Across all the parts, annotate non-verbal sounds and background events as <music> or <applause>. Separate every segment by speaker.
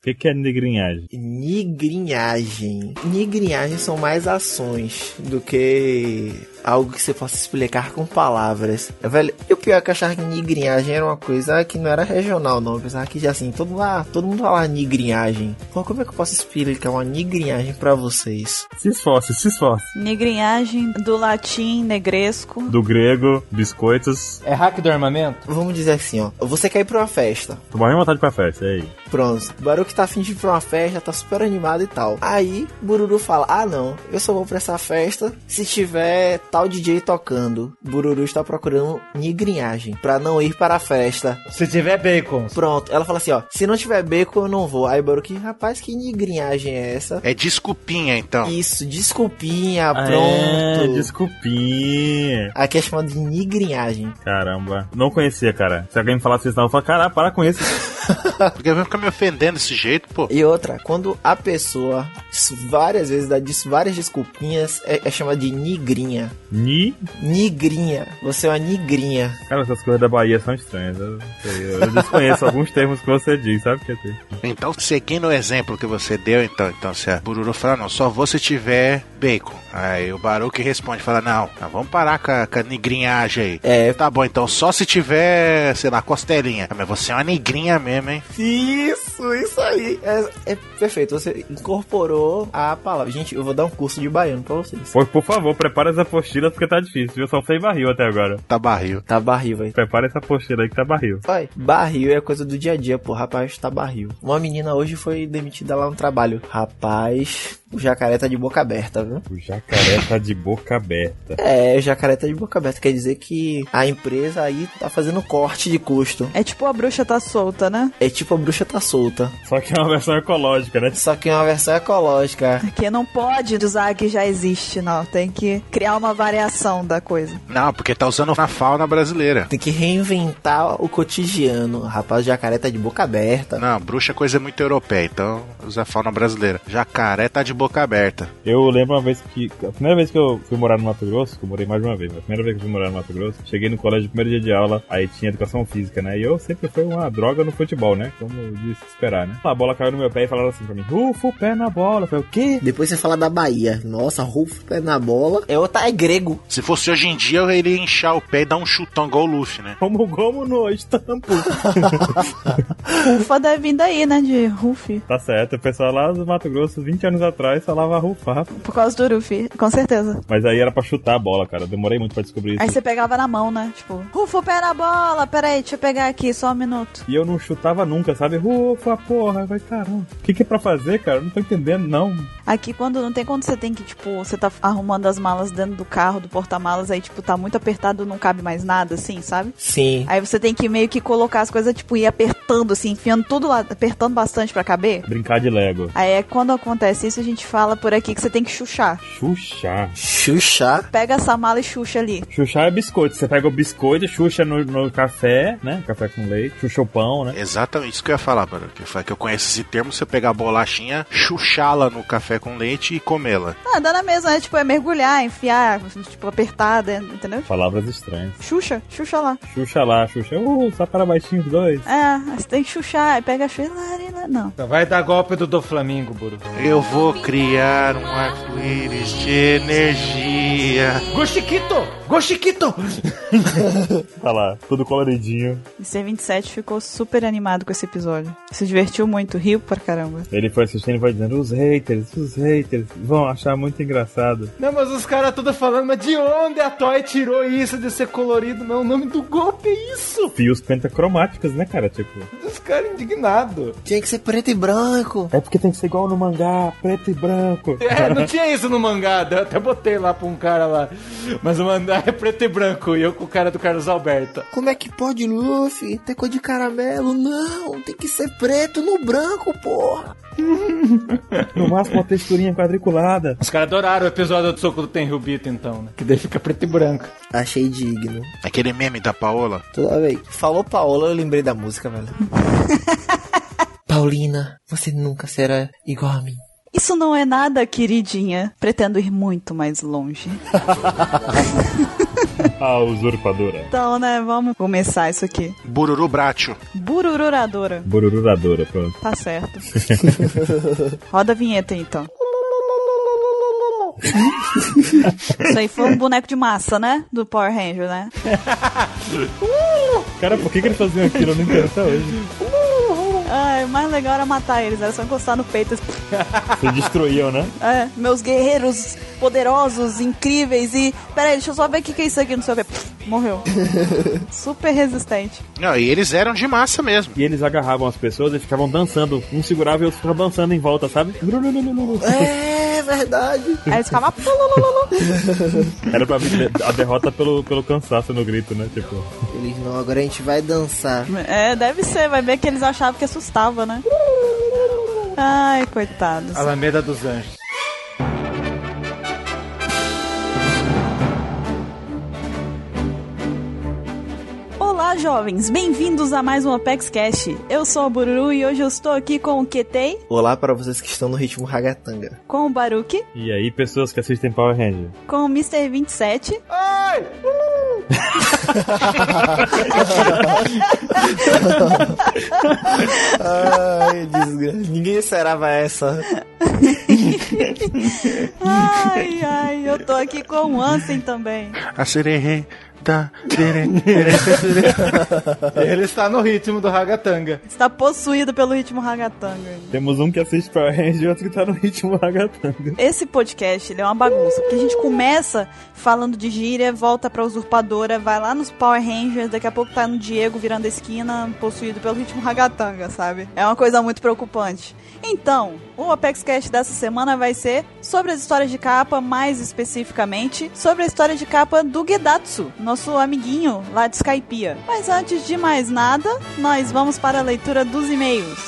Speaker 1: O que, que é nigrinhagem?
Speaker 2: Nigrinhagem. Nigrinhagem são mais ações do que algo que você possa explicar com palavras. Velho, eu pior é que eu achava que nigrinhagem era uma coisa que não era regional, não. Eu pensava que já assim, todo, lá, todo mundo fala nigrinhagem. Então, como é que eu posso explicar uma nigrinhagem pra vocês?
Speaker 1: Se esforce, se esforce.
Speaker 3: Negrinhagem do latim negresco.
Speaker 1: Do grego, biscoitos.
Speaker 4: É hack do armamento?
Speaker 2: Vamos dizer assim, ó. Você quer ir pra uma festa.
Speaker 1: Tô morrendo de vontade pra festa, é aí.
Speaker 2: Pronto. Baruque tá afim de ir pra uma festa, tá super animado e tal. Aí, Bururu fala, ah não, eu só vou pra essa festa se tiver tal DJ tocando. Bururu está procurando nigrinhagem pra não ir para a festa.
Speaker 4: Se tiver bacon.
Speaker 2: Pronto. Ela fala assim, ó, se não tiver bacon, eu não vou. Aí, Baruque, rapaz, que nigrinhagem é essa?
Speaker 5: É desculpinha, então.
Speaker 2: Isso, desculpinha, pronto.
Speaker 1: É, desculpinha.
Speaker 2: Aqui é chamado de nigrinhagem.
Speaker 1: Caramba. Não conhecia, cara. Se alguém me falasse isso, não, eu falava, caralho, para com isso.
Speaker 5: Porque vai ficar me ofendendo desse jeito, pô.
Speaker 2: E outra, quando a pessoa isso várias vezes dá disso, várias desculpinhas, é, é chamada de nigrinha.
Speaker 1: Ni?
Speaker 2: Nigrinha. Você é uma nigrinha.
Speaker 1: Cara, essas coisas da Bahia são estranhas. Eu, não sei, <laughs> eu desconheço alguns termos que você diz, sabe? Que é tem.
Speaker 5: Então, seguindo o exemplo que você deu, então, então se a Bururu fala, não, só vou se tiver bacon. Aí o Baruque responde, fala, não, tá, vamos parar com a, com a nigrinhagem aí.
Speaker 2: É.
Speaker 5: Tá bom, então, só se tiver, sei lá, costelinha. Ah, Mas você é uma nigrinha mesmo, hein?
Speaker 2: Isso, isso aí. É, é perfeito. Você incorporou a palavra. Gente, eu vou dar um curso de baiano pra vocês.
Speaker 1: Por, por favor, prepara essa apostila porque tá difícil, viu? Só sei barril até agora.
Speaker 5: Tá barril.
Speaker 2: Tá barril, velho.
Speaker 1: Prepara essa apostila aí que tá barril.
Speaker 2: Vai. Barril é coisa do dia a dia, pô. Rapaz, tá barril. Uma menina hoje foi demitida lá no trabalho. Rapaz, o jacaré tá de boca aberta, viu?
Speaker 1: O jacaré tá de boca aberta.
Speaker 2: É, o jacaré tá de boca aberta. Quer dizer que a empresa aí tá fazendo corte de custo.
Speaker 3: É tipo a bruxa tá solta, né?
Speaker 2: É tipo a bruxa tá solta.
Speaker 1: Só que é uma versão ecológica, né?
Speaker 2: Só que é uma versão ecológica.
Speaker 3: Que não pode usar a que já existe, não. Tem que criar uma variação da coisa.
Speaker 5: Não, porque tá usando a fauna brasileira.
Speaker 2: Tem que reinventar o cotidiano. Rapaz, o jacaré tá de boca aberta.
Speaker 5: Não, bruxa é coisa muito europeia, então usa a fauna brasileira. Jacaré tá de boca aberta.
Speaker 1: Eu lembro uma vez que. A primeira vez que eu fui morar no Mato Grosso, que eu morei mais de uma vez, mas a primeira vez que eu fui morar no Mato Grosso, cheguei no colégio, primeiro dia de aula, aí tinha educação física, né? E eu sempre fui uma droga no futebol, né? Como de se esperar, né? A bola caiu no meu pé e falaram assim pra mim: Rufa o pé na bola. Eu falei, o quê?
Speaker 2: Depois você fala da Bahia. Nossa, Rufo pé na bola. É outra, é grego.
Speaker 5: Se fosse hoje em dia, ele ia inchar o pé e dar um chutão igual o Luffy, né?
Speaker 1: Como como no estampo. <laughs>
Speaker 3: Ufa deve vir daí, né? De Rufi.
Speaker 1: tá certo, o pessoal lá do Mato Grosso, 20 anos atrás, falava rufar.
Speaker 3: Por causa do Rufi, com certeza.
Speaker 1: Mas aí era pra chutar a bola, cara. Eu Demorei muito pra descobrir isso.
Speaker 3: Aí você pegava na mão, né? Tipo, Rufa, o pé na bola. Pera aí, deixa eu pegar aqui, só um minuto.
Speaker 1: E eu não chutava nunca, sabe? Rufa, porra. Vai, caramba. O que, que é pra fazer, cara? Eu não tô entendendo, não.
Speaker 3: Aqui, quando não tem quando você tem que, tipo, você tá arrumando as malas dentro do carro, do porta-malas, aí, tipo, tá muito apertado, não cabe mais nada, assim, sabe?
Speaker 2: Sim.
Speaker 3: Aí você tem que meio que colocar as coisas, tipo, ir apertando, assim, enfiando tudo lá, apertando bastante pra caber.
Speaker 1: Brincar de Lego.
Speaker 3: Aí é quando acontece isso, a gente fala por aqui que você tem que chuchar.
Speaker 1: Xuxa.
Speaker 2: Xuxa.
Speaker 3: Pega essa mala e chucha ali.
Speaker 1: Xuxa é biscoito. Você pega o biscoito, xuxa no, no café, né? Café com leite, xuxa o pão, né?
Speaker 5: Exatamente isso que eu ia falar, mano. Que eu falei que eu conheço esse termo, você pegar a bolachinha, chuchá-la no café com leite e comê-la.
Speaker 3: Ah, dá na mesma, né? Tipo, é mergulhar, enfiar, tipo, apertar, né? entendeu?
Speaker 1: Palavras estranhas.
Speaker 3: Xuxa, xuxa lá.
Speaker 1: Xuxa lá, Xuxa. Uh, só para baixinho os dois.
Speaker 3: É, aí você tem que chuchar, aí pega a xuxa e lá, não.
Speaker 4: Vai dar golpe do do Flamengo, Buru.
Speaker 5: Eu vou criar um arco-íris de energia.
Speaker 4: Gostiquito! Gostiquito!
Speaker 1: Tá lá, tudo coloridinho.
Speaker 3: E C27 ficou super animado com esse episódio. Se divertiu muito, riu pra caramba.
Speaker 1: Ele foi assistindo e foi dizendo: os haters, os haters vão achar muito engraçado.
Speaker 4: Não, mas os caras tudo falando, mas de onde a Toy tirou isso de ser colorido? Não, o nome do golpe é isso!
Speaker 1: Fios pentacromáticos, né, cara? Tipo,
Speaker 4: Os caras indignados.
Speaker 2: Tinha que ser preto e branco.
Speaker 1: é porque tem que ser igual no mangá, preto e branco.
Speaker 4: É, não tinha isso no mangá, eu até botei lá pra um cara lá. Mas o mangá é preto e branco, e eu com o cara do Carlos Alberto.
Speaker 2: Como é que pode, Luffy? Ter cor de caramelo? Não, tem que ser preto no branco, porra.
Speaker 1: No máximo uma texturinha quadriculada.
Speaker 4: Os caras adoraram o episódio do Soco do Tenryubito, então, né? Que daí fica preto e branco.
Speaker 2: Achei digno.
Speaker 5: Aquele meme da Paola.
Speaker 2: Toda vez. Falou Paola, eu lembrei da música, velho. <laughs> Paulina, você nunca será igual a mim.
Speaker 3: Isso não é nada, queridinha. Pretendo ir muito mais longe.
Speaker 1: A usurpadora.
Speaker 3: Então, né, vamos começar isso aqui.
Speaker 5: Bururu Bracho.
Speaker 3: Burururadora.
Speaker 1: Burururadora, pronto.
Speaker 3: Tá certo. Roda a vinheta então. Isso aí foi um boneco de massa, né? Do Power Ranger, né?
Speaker 1: Cara, por que, que eles faziam aquilo? Eu não entendo até hoje.
Speaker 3: Ai, o mais legal era matar eles, era só encostar no peito.
Speaker 1: Vocês destruíam, né?
Speaker 3: É, meus guerreiros poderosos, incríveis e... Pera aí, deixa eu só ver o que, que é isso aqui, não sei o que. Morreu. Super resistente.
Speaker 5: Não, e eles eram de massa mesmo.
Speaker 1: E eles agarravam as pessoas e ficavam dançando. Um segurava e outro ficava dançando em volta, sabe?
Speaker 2: É verdade.
Speaker 3: Aí eles ficavam... "Pulululu".
Speaker 1: Era pra mim a derrota pelo, pelo cansaço no grito, né? Tipo,
Speaker 2: Eles não, agora a gente vai dançar.
Speaker 3: É, deve ser, vai ver que eles achavam que assustava, né? Ai, coitados.
Speaker 4: Alameda dos Anjos.
Speaker 3: Olá, jovens! Bem-vindos a mais um Apex Cash. Eu sou a Bururu e hoje eu estou aqui com o Ketei,
Speaker 2: Olá para vocês que estão no ritmo ragatanga.
Speaker 3: com o Baruki,
Speaker 1: e aí, pessoas que assistem Power Ranger.
Speaker 3: com o Mr. 27
Speaker 2: Ai, desgraça. Ninguém esperava essa.
Speaker 3: Ai, ai, eu tô aqui com o Ansem também.
Speaker 5: A sererê, da, dere, dere, dere.
Speaker 4: Ele está no ritmo do Ragatanga.
Speaker 3: Está possuído pelo ritmo ragatanga.
Speaker 1: Temos um que assiste Power Ranger e outro que tá no ritmo <laughs> ragatanga.
Speaker 3: Esse podcast ele é uma bagunça, porque a gente começa falando de gíria, volta pra usurpadora, vai lá nos Power Rangers, daqui a pouco tá no Diego virando a esquina, possuído pelo ritmo ragatanga, sabe? É uma coisa muito preocupante. Então, o Apex Cast dessa semana vai ser sobre as histórias de capa, mais especificamente sobre a história de capa do Gedatsu, nosso amiguinho lá de Skypiea. Mas antes de mais nada, nós vamos para a leitura dos e-mails.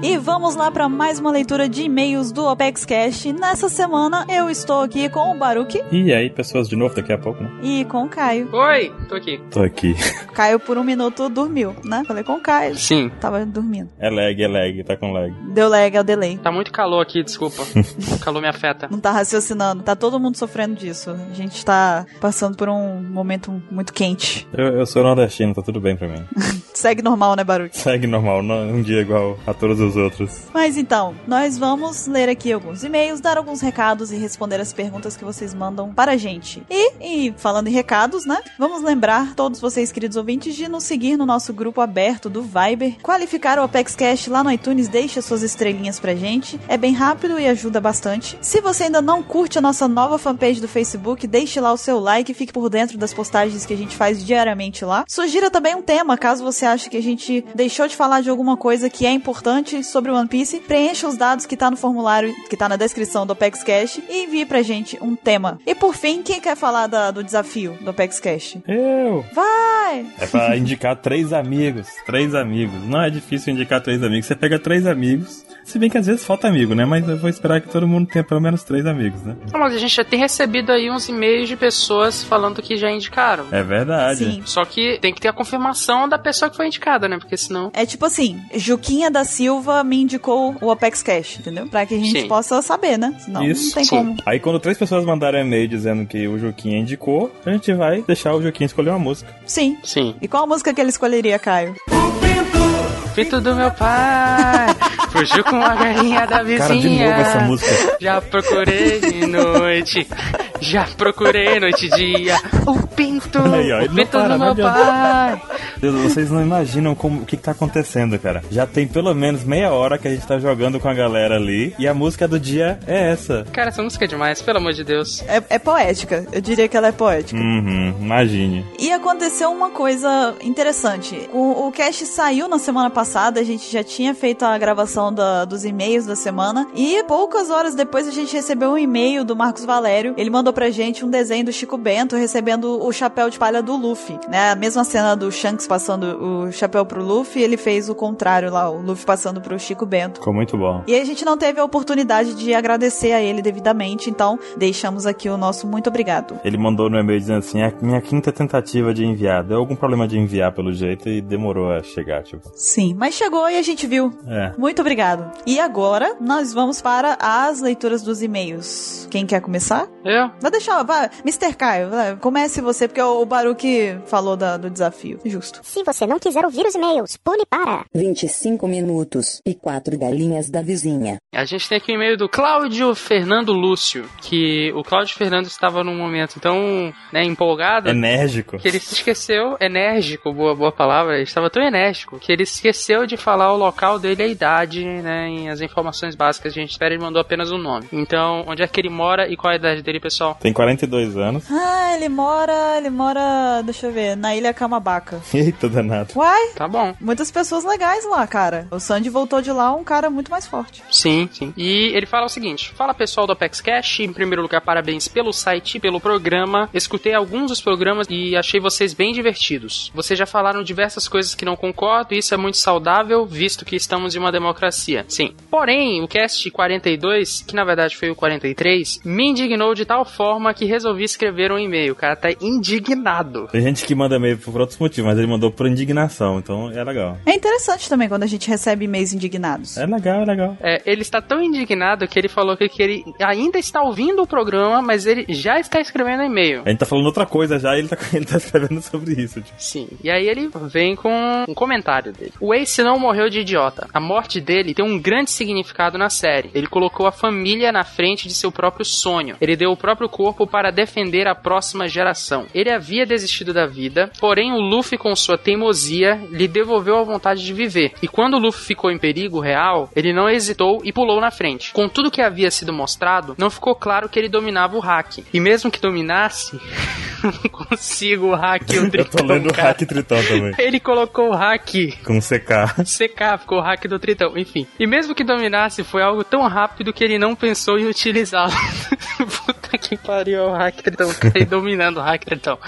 Speaker 3: E vamos lá para mais uma leitura de e-mails do Apex Cash. Nessa semana eu estou aqui com o Baruque
Speaker 1: E aí, pessoas de novo daqui a pouco, né?
Speaker 3: e com o Caio.
Speaker 6: Oi, tô aqui.
Speaker 1: Tô aqui.
Speaker 3: O Caio por um minuto dormiu, né? Falei com o Caio.
Speaker 6: Sim.
Speaker 3: Tava dormindo.
Speaker 1: É lag, é lag, tá com lag.
Speaker 3: Deu lag, é o delay.
Speaker 6: Tá muito calor aqui, <laughs> desculpa. o calor me afeta.
Speaker 3: Não tá raciocinando. Tá todo mundo sofrendo disso. A gente tá passando por um momento muito quente.
Speaker 1: Eu, eu sou nordestino, tá tudo bem pra mim.
Speaker 3: Segue normal, né, Baruque?
Speaker 1: Segue normal, não- um dia igual a todos os outros.
Speaker 3: Mas então, nós vamos ler aqui alguns e-mails, dar alguns recados e responder as perguntas que vocês mandam para a gente. E, e falando em recados, né? Vamos lembrar todos vocês, queridos ouvintes, de nos seguir no nosso grupo aberto do Viber, qualificar o Apex Cash lá no iTunes, deixa suas estrelinhas pra gente. É bem rápido e ajuda bastante. Se você ainda não curte a nossa nova fanpage do Facebook, deixe lá o seu like e fique por dentro das postagens que a gente faz diariamente lá. Sugira também um tema, caso você ache que a gente deixou de falar de alguma coisa que é importante sobre One Piece, preencha os dados que tá no formulário, que tá na descrição do Apex Cash e envie pra gente um tema. E por fim, quem quer falar da- do desafio do Apex Cash?
Speaker 1: Eu!
Speaker 3: Vai!
Speaker 1: É pra indicar três amigos. Três amigos. Não é difícil indicar três amigos. Você pega três amigos. Se bem que às vezes falta amigo, né? Mas eu vou esperar que todo mundo tenha pelo menos três amigos, né?
Speaker 6: Não, mas Tá a gente já tem recebido aí uns e-mails de pessoas falando que já indicaram.
Speaker 1: É verdade.
Speaker 3: Sim.
Speaker 6: Só que tem que ter a confirmação da pessoa que foi indicada, né? Porque senão.
Speaker 3: É tipo assim, Juquinha da Silva me indicou o Apex Cash, entendeu? Pra que a gente
Speaker 6: Sim.
Speaker 3: possa saber, né? Senão não
Speaker 1: Isso.
Speaker 3: tem
Speaker 6: Sim.
Speaker 3: como.
Speaker 1: Aí quando três pessoas mandaram e-mail dizendo que o Juquinha indicou, a gente vai deixar o Juquinha escolher uma música.
Speaker 3: Sim.
Speaker 6: Sim.
Speaker 3: E qual a música que ele escolheria, Caio?
Speaker 6: Fito do meu pai fugiu com a galinha da vizinha.
Speaker 1: Cara, de
Speaker 6: é.
Speaker 1: novo essa música.
Speaker 6: Já procurei de noite, já procurei noite e dia. O pinto,
Speaker 1: Aí, ó, ele
Speaker 6: o
Speaker 1: não
Speaker 6: pinto
Speaker 1: para, né,
Speaker 6: do
Speaker 1: não
Speaker 6: meu pai.
Speaker 1: Deus, vocês não imaginam como, o que, que tá acontecendo, cara. Já tem pelo menos meia hora que a gente tá jogando com a galera ali. E a música do dia é essa.
Speaker 6: Cara, essa música é demais, pelo amor de Deus.
Speaker 3: É, é poética. Eu diria que ela é poética.
Speaker 1: Uhum, imagine.
Speaker 3: E aconteceu uma coisa interessante. O, o cast saiu na semana passada, a gente já tinha feito a gravação da- dos e-mails da semana. E poucas horas depois a gente recebeu um e-mail do Marcos Valério. Ele mandou mandou pra gente um desenho do Chico Bento recebendo o chapéu de palha do Luffy, né? A mesma cena do Shanks passando o chapéu pro Luffy, ele fez o contrário lá, o Luffy passando pro Chico Bento.
Speaker 1: Ficou muito bom.
Speaker 3: E a gente não teve a oportunidade de agradecer a ele devidamente, então deixamos aqui o nosso muito obrigado.
Speaker 1: Ele mandou no e-mail dizendo assim: é a minha quinta tentativa de enviar. Deu algum problema de enviar pelo jeito e demorou a chegar, tipo.
Speaker 3: Sim, mas chegou e a gente viu.
Speaker 1: É.
Speaker 3: Muito obrigado. E agora nós vamos para as leituras dos e-mails. Quem quer começar?
Speaker 6: Eu?
Speaker 3: Vai deixar, vai, Mr. Caio, vai, comece você, porque é o Baruque falou da- do desafio. Justo.
Speaker 7: Se você não quiser ouvir os e-mails, pule para.
Speaker 8: 25 minutos e quatro galinhas da vizinha.
Speaker 6: A gente tem aqui o e-mail do Cláudio Fernando Lúcio, que o Cláudio Fernando estava num momento tão né, empolgado
Speaker 1: Enérgico.
Speaker 6: que ele se esqueceu, enérgico, boa, boa palavra, ele estava tão enérgico que ele se esqueceu de falar o local dele, a idade, né, e as informações básicas que a gente espera, ele mandou apenas um nome. Então, onde é que ele mora e qual a idade dele, pessoal?
Speaker 1: Tem 42 anos. <laughs>
Speaker 3: Ah, ele mora, ele mora, deixa eu ver, na Ilha Camabaca.
Speaker 1: Eita danado.
Speaker 3: Uai,
Speaker 6: Tá bom.
Speaker 3: muitas pessoas legais lá, cara. O Sandy voltou de lá um cara muito mais forte.
Speaker 6: Sim, sim. E ele fala o seguinte: Fala pessoal do Apex Cash, em primeiro lugar, parabéns pelo site e pelo programa. Escutei alguns dos programas e achei vocês bem divertidos. Vocês já falaram diversas coisas que não concordo, e isso é muito saudável, visto que estamos em uma democracia. Sim. Porém, o cast 42, que na verdade foi o 43, me indignou de tal forma que resolvi escrever um e-mail. O cara tá indignado.
Speaker 1: Tem gente que manda e-mail por outros motivos, mas ele mandou por indignação, então é legal.
Speaker 3: É interessante também quando a gente recebe e-mails indignados.
Speaker 1: É legal, é legal.
Speaker 6: É, ele está tão indignado que ele falou que, que ele ainda está ouvindo o programa, mas ele já está escrevendo e-mail.
Speaker 1: A gente tá falando outra coisa já e ele tá, <laughs> ele tá escrevendo sobre isso, tipo.
Speaker 6: Sim. E aí ele vem com um comentário dele. O Ace não morreu de idiota. A morte dele tem um grande significado na série. Ele colocou a família na frente de seu próprio sonho. Ele deu o próprio corpo para defender a próxima geração. Ele havia desistido da vida, porém o Luffy com sua teimosia lhe devolveu a vontade de viver. E quando o Luffy ficou em perigo real, ele não hesitou e pulou na frente. Com tudo que havia sido mostrado, não ficou claro que ele dominava o hack. E mesmo que dominasse, <laughs> não consigo o hack e
Speaker 1: Eu
Speaker 6: o
Speaker 1: tô
Speaker 6: Tritão,
Speaker 1: lendo o
Speaker 6: cara.
Speaker 1: hack Tritão também.
Speaker 6: Ele colocou o hack
Speaker 1: Com CK.
Speaker 6: CK, ficou o hack do Tritão, enfim. E mesmo que dominasse, foi algo tão rápido que ele não pensou em utilizá-lo. <laughs> Puta que pariu, é o hack Tritão, cara, e dominando o hack Tritão.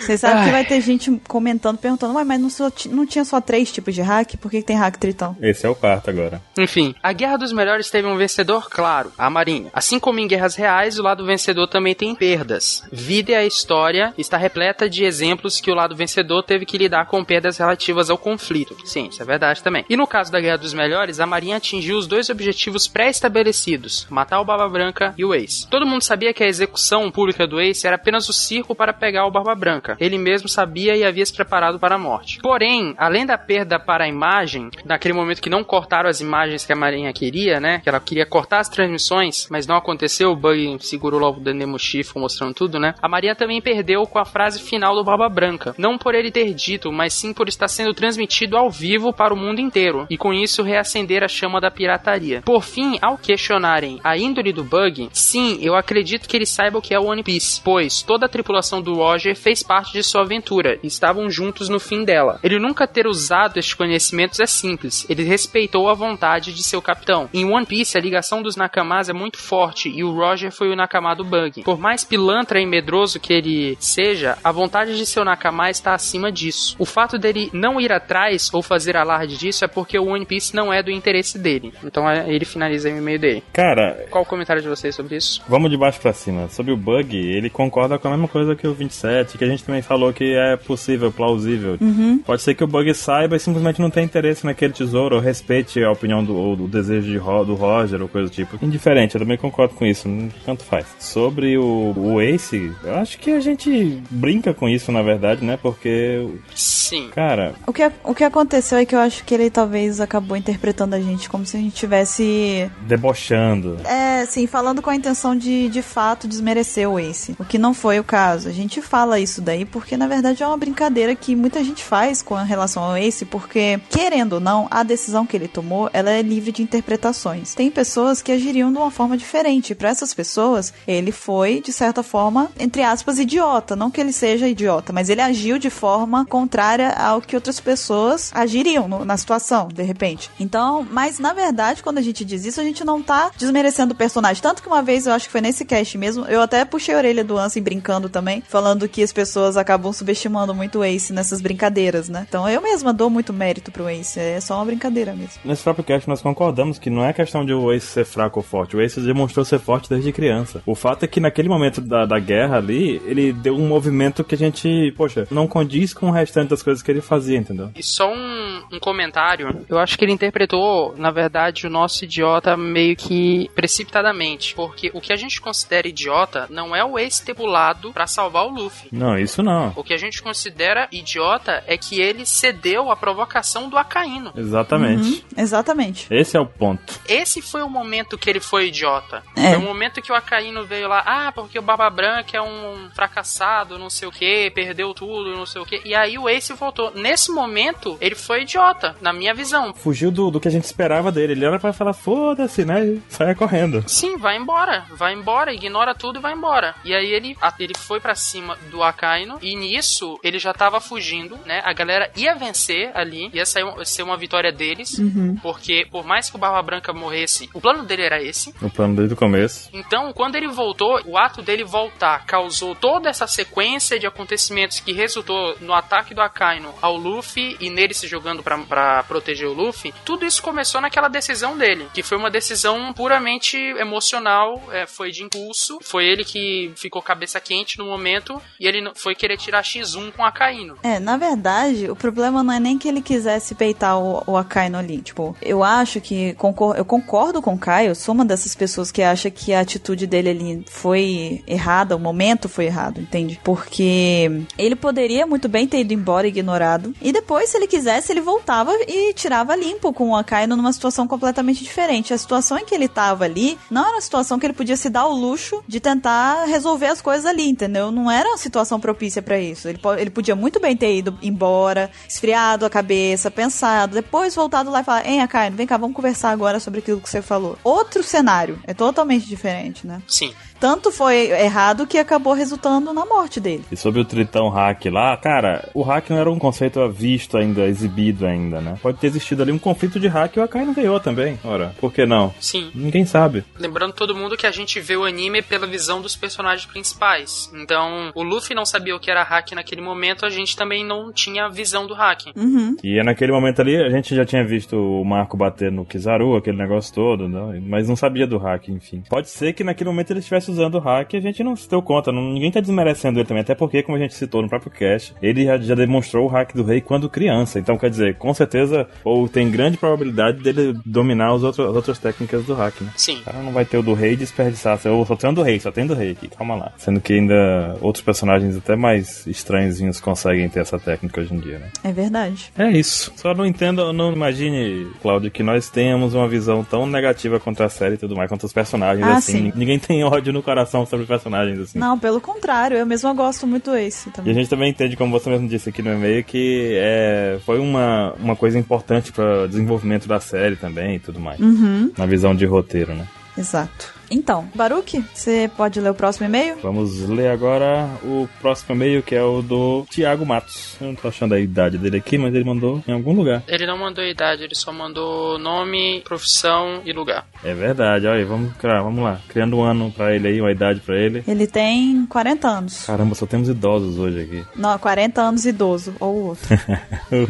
Speaker 3: Vocês sabem que vai ter gente comentando, perguntando, "Ué, mas não, só ti- não tinha só três tipos de hack? Por que, que tem hack tritão?
Speaker 1: Esse é o quarto agora.
Speaker 6: Enfim, a Guerra dos Melhores teve um vencedor claro, a Marinha. Assim como em guerras reais, o lado vencedor também tem perdas. Vida e a história está repleta de exemplos que o lado vencedor teve que lidar com perdas relativas ao conflito. Sim, isso é verdade também. E no caso da Guerra dos Melhores, a Marinha atingiu os dois objetivos pré-estabelecidos: matar o Barba Branca e o Ace. Todo mundo sabia que a execução pública do Ace era apenas o circo para pegar o Barba Branca. Ele mesmo sabia e havia se preparado para a morte. Porém, além da perda para a imagem, naquele momento que não cortaram as imagens que a Marinha queria, né? Que ela queria cortar as transmissões, mas não aconteceu, o Bug segurou logo o Nemushi, ficou mostrando tudo, né? A Marinha também perdeu com a frase final do Barba Branca. Não por ele ter dito, mas sim por estar sendo transmitido ao vivo para o mundo inteiro, e com isso reacender a chama da pirataria. Por fim, ao questionarem a índole do Bug, sim, eu acredito que ele saiba o que é o One Piece, pois toda a tripulação do Roger fez parte de sua aventura e estavam juntos no fim dela. Ele nunca ter usado estes conhecimentos é simples, ele respeitou a vontade de seu capitão. Em One Piece, a ligação dos Nakamas é muito forte e o Roger foi o Nakama do Bug. Por mais pilantra e medroso que ele seja, a vontade de seu Nakama está acima disso. O fato dele não ir atrás ou fazer alarde disso é porque o One Piece não é do interesse dele. Então é- ele finaliza aí o e-mail dele.
Speaker 1: Cara,
Speaker 6: Qual o comentário de vocês sobre isso?
Speaker 1: vamos de baixo pra cima. Sobre o bug, ele concorda com a mesma coisa que o 27, que a gente também falou que é possível, plausível. Pode ser que o bug saiba e simplesmente não tenha interesse naquele tesouro, ou respeite a opinião do, ou do desejo de Ro- do Roger, ou coisa do tipo. Indiferente, eu também concordo com isso, não- tanto faz. Sobre o, o Ace, eu acho que a gente brinca com isso, na verdade, né? Porque,
Speaker 6: Sim.
Speaker 1: cara,
Speaker 3: O que, o que aconteceu é que eu acho que ele talvez acabou interpretando a gente como se a gente tivesse.
Speaker 1: debochando.
Speaker 3: É, sim, falando com a intenção de, de fato, desmerecer o Ace. O que não foi o caso. A gente fala isso daí aí, porque na verdade é uma brincadeira que muita gente faz com relação ao Ace, porque, querendo ou não, a decisão que ele tomou, ela é livre de interpretações. Tem pessoas que agiriam de uma forma diferente. Para essas pessoas, ele foi, de certa forma, entre aspas, idiota. Não que ele seja idiota, mas ele agiu de forma contrária ao que outras pessoas agiriam no- na situação, de repente. Então, mas na verdade, quando a gente diz isso, a gente não tá desmerecendo o personagem. Tanto que uma vez, eu acho que foi nesse cast mesmo, eu até puxei a orelha do Ansem brincando também, falando que as pessoas acabam subestimando muito o Ace nessas brincadeiras, né? Então eu mesma dou muito mérito pro Ace, é só uma brincadeira mesmo.
Speaker 1: Nesse próprio cast nós concordamos que não é questão de o Ace ser fraco ou forte. O Ace demonstrou ser forte desde criança. O fato é que naquele momento da, da guerra ali, ele deu um movimento que a gente, poxa, não condiz com o restante das coisas que ele fazia, entendeu?
Speaker 6: E só um, um comentário. Eu acho que ele interpretou, na verdade, o nosso idiota meio que precipitadamente. Porque o que a gente considera idiota não é o Ace ter pulado pra salvar o Luffy.
Speaker 1: Não, isso não.
Speaker 6: O que a gente considera idiota é que ele cedeu à provocação do Acaíno.
Speaker 1: Exatamente.
Speaker 3: Exatamente.
Speaker 1: Uhum. Esse é o ponto.
Speaker 6: Esse foi o momento que ele foi idiota.
Speaker 3: É.
Speaker 6: Foi o momento que o Acaíno veio lá, ah, porque o Barba Branca é um fracassado, não sei o que, perdeu tudo, não sei o que. E aí o Ace voltou. Nesse momento, ele foi idiota, na minha visão.
Speaker 1: Fugiu do, do que a gente esperava dele. Ele era pra falar, foda-se, né? E saia correndo.
Speaker 6: Sim, vai embora, vai embora, ignora tudo e vai embora. E aí ele, a- ele foi pra cima do Akaino e nisso ele já tava fugindo, né? A galera ia vencer ali, ia sair, um- ser uma vitória deles, porque por mais que o Barba Branca morresse, o plano dele era esse.
Speaker 1: O plano desde o começo.
Speaker 6: Então, quando ele voltou, o ato dele voltar causou toda essa sequência de acontecimentos que resultou no ataque do Akaino ao Luffy e nele se jogando pra- pra proteger o Luffy. Tudo isso começou naquela decisão dele, que foi uma decisão puramente emocional, é, foi de impulso. Foi ele que ficou cabeça quente no momento e ele não- foi querer tirar X1 com o Akaino.
Speaker 3: É, na verdade, o problema não é nem que ele quisesse peitar o, o Akaino ali. Tipo, eu acho que. concor- eu concordo com o Caio, eu sou uma dessas pessoas que acha que a atitude dele ali foi errada, o momento foi errado, entende? Porque ele poderia muito bem ter ido embora ignorado. E depois, se ele quisesse, ele voltava e tirava limpo com o Akaino é numa situação completamente diferente. A situação em que ele tava ali não era uma situação que ele podia se dar o luxo de tentar resolver as coisas ali, entendeu? Não era uma situação propícia pra isso. Ele, po- ele podia muito bem ter ido embora, esfriado a cabeça, pensado, depois voltado lá e falar: Hein, Akaino, vem cá, vamos conversar agora sobre aquilo que você falou. Outro cenário. É totalmente diferente, né?
Speaker 6: Sim.
Speaker 3: Tanto foi errado que acabou resultando na morte dele.
Speaker 1: E sobre o Tritão Hack lá, cara, o hack não era um conceito à vista ainda, exibido ainda, né? Pode ter existido ali um conflito de hack e o Akainu ganhou também. Ora, por que não?
Speaker 6: Sim.
Speaker 1: Ninguém sabe.
Speaker 6: Lembrando todo mundo que a gente vê o anime pela visão dos personagens principais. Então, o Luffy não sabia o que era hack naquele momento, a gente também não tinha a visão do hack.
Speaker 3: Uhum.
Speaker 1: E naquele momento ali, a gente já tinha visto o Marco bater no Kizaru, aquele negócio todo, né? mas não sabia do hack, enfim. Pode ser que naquele momento ele estivesse usando o hack e a gente não se deu conta. Não- ninguém tá desmerecendo ele também, até porque, como a gente citou no próprio cast, ele já, já demonstrou o hack do rei quando criança. Então, quer dizer, com certeza, ou tem grande probabilidade dele dominar os outro- as outras técnicas do hack, né?
Speaker 6: Sim.
Speaker 1: O cara não vai ter o do rei e desperdiçar. Eu só tenho o do rei, só tenho o do rei aqui, calma lá. Sendo que ainda outros personagens até mais estranhozinhos conseguem ter essa técnica hoje em dia, né?
Speaker 3: É verdade.
Speaker 1: É isso. Só não entenda, não imagine, Cláudio, que nós tenhamos uma visão tão negativa contra a série e tudo mais, contra os personagens,
Speaker 3: Ah,
Speaker 1: assim.
Speaker 3: sim.
Speaker 1: Ninguém tem ódio no coração sobre personagens, assim.
Speaker 3: Não, pelo contrário, eu mesma gosto muito do Ace
Speaker 1: E a
Speaker 3: também.
Speaker 1: gente também entende, como você mesmo disse aqui no e-mail, que é, foi uma, uma coisa importante para desenvolvimento da série também e tudo mais.
Speaker 3: Uhum,
Speaker 1: Na visão de roteiro, né?
Speaker 3: exato. Então, Baruque, você pode ler o próximo e-mail?
Speaker 1: Vamos ler agora o próximo e-mail, que é o do Tiago Matos. Eu não tô achando a idade dele aqui, mas ele mandou em algum lugar.
Speaker 6: Ele não mandou idade, ele só mandou nome, profissão e lugar.
Speaker 1: É verdade, olha aí, vamos, criar, vamos lá. Criando um ano pra ele aí, uma idade pra ele.
Speaker 3: Ele tem 40 anos.
Speaker 1: Caramba, só temos idosos hoje aqui. <laughs>
Speaker 3: Não, 40 anos idoso, ou outro.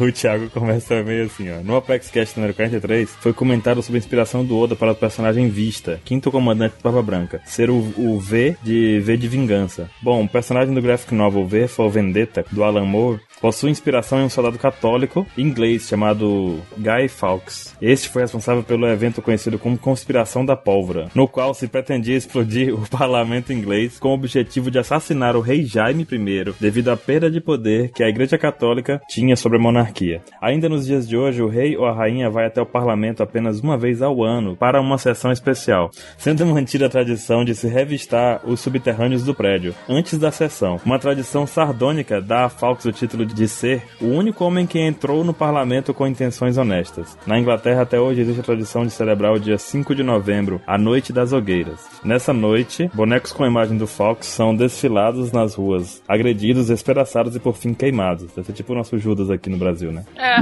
Speaker 1: o Thiago começa meio assim, ó. No Apex Cast número 43, foi comentado sobre a inspiração do Oda para o personagem Vista, quinto comandante do Barba Branca, ser o, o V de V de Vingança. Bom, o personagem do graphic novel V for Vendetta, do Alan Moore, possui inspiração em um soldado católico inglês chamado Guy Fawkes. Este foi responsável pelo evento conhecido como Conspiração da Pólvora, no qual se pretendia explodir o parlamento inglês com o objetivo de assassinar o rei Jaime I devido à perda de poder que a Igreja Católica tinha sobre a monarquia. Ainda nos dias de hoje, o rei ou a rainha vai até o parlamento apenas uma vez ao ano para uma sessão especial, sendo mantida a tradição de se revistar os subterrâneos do prédio antes da sessão. Uma tradição sardônica dá a Fawkes o título de ser o único homem que entrou no parlamento com intenções honestas. Na Inglaterra até hoje existe a tradição de celebrar o dia 5 de novembro, a Noite das Hogueiras. Nessa noite, bonecos com a imagem do Fawkes são desfilados nas ruas, agredidos, espedaçados e por fim queimados. Deve ser tipo o nosso Judas aqui no Brasil, né?
Speaker 6: É,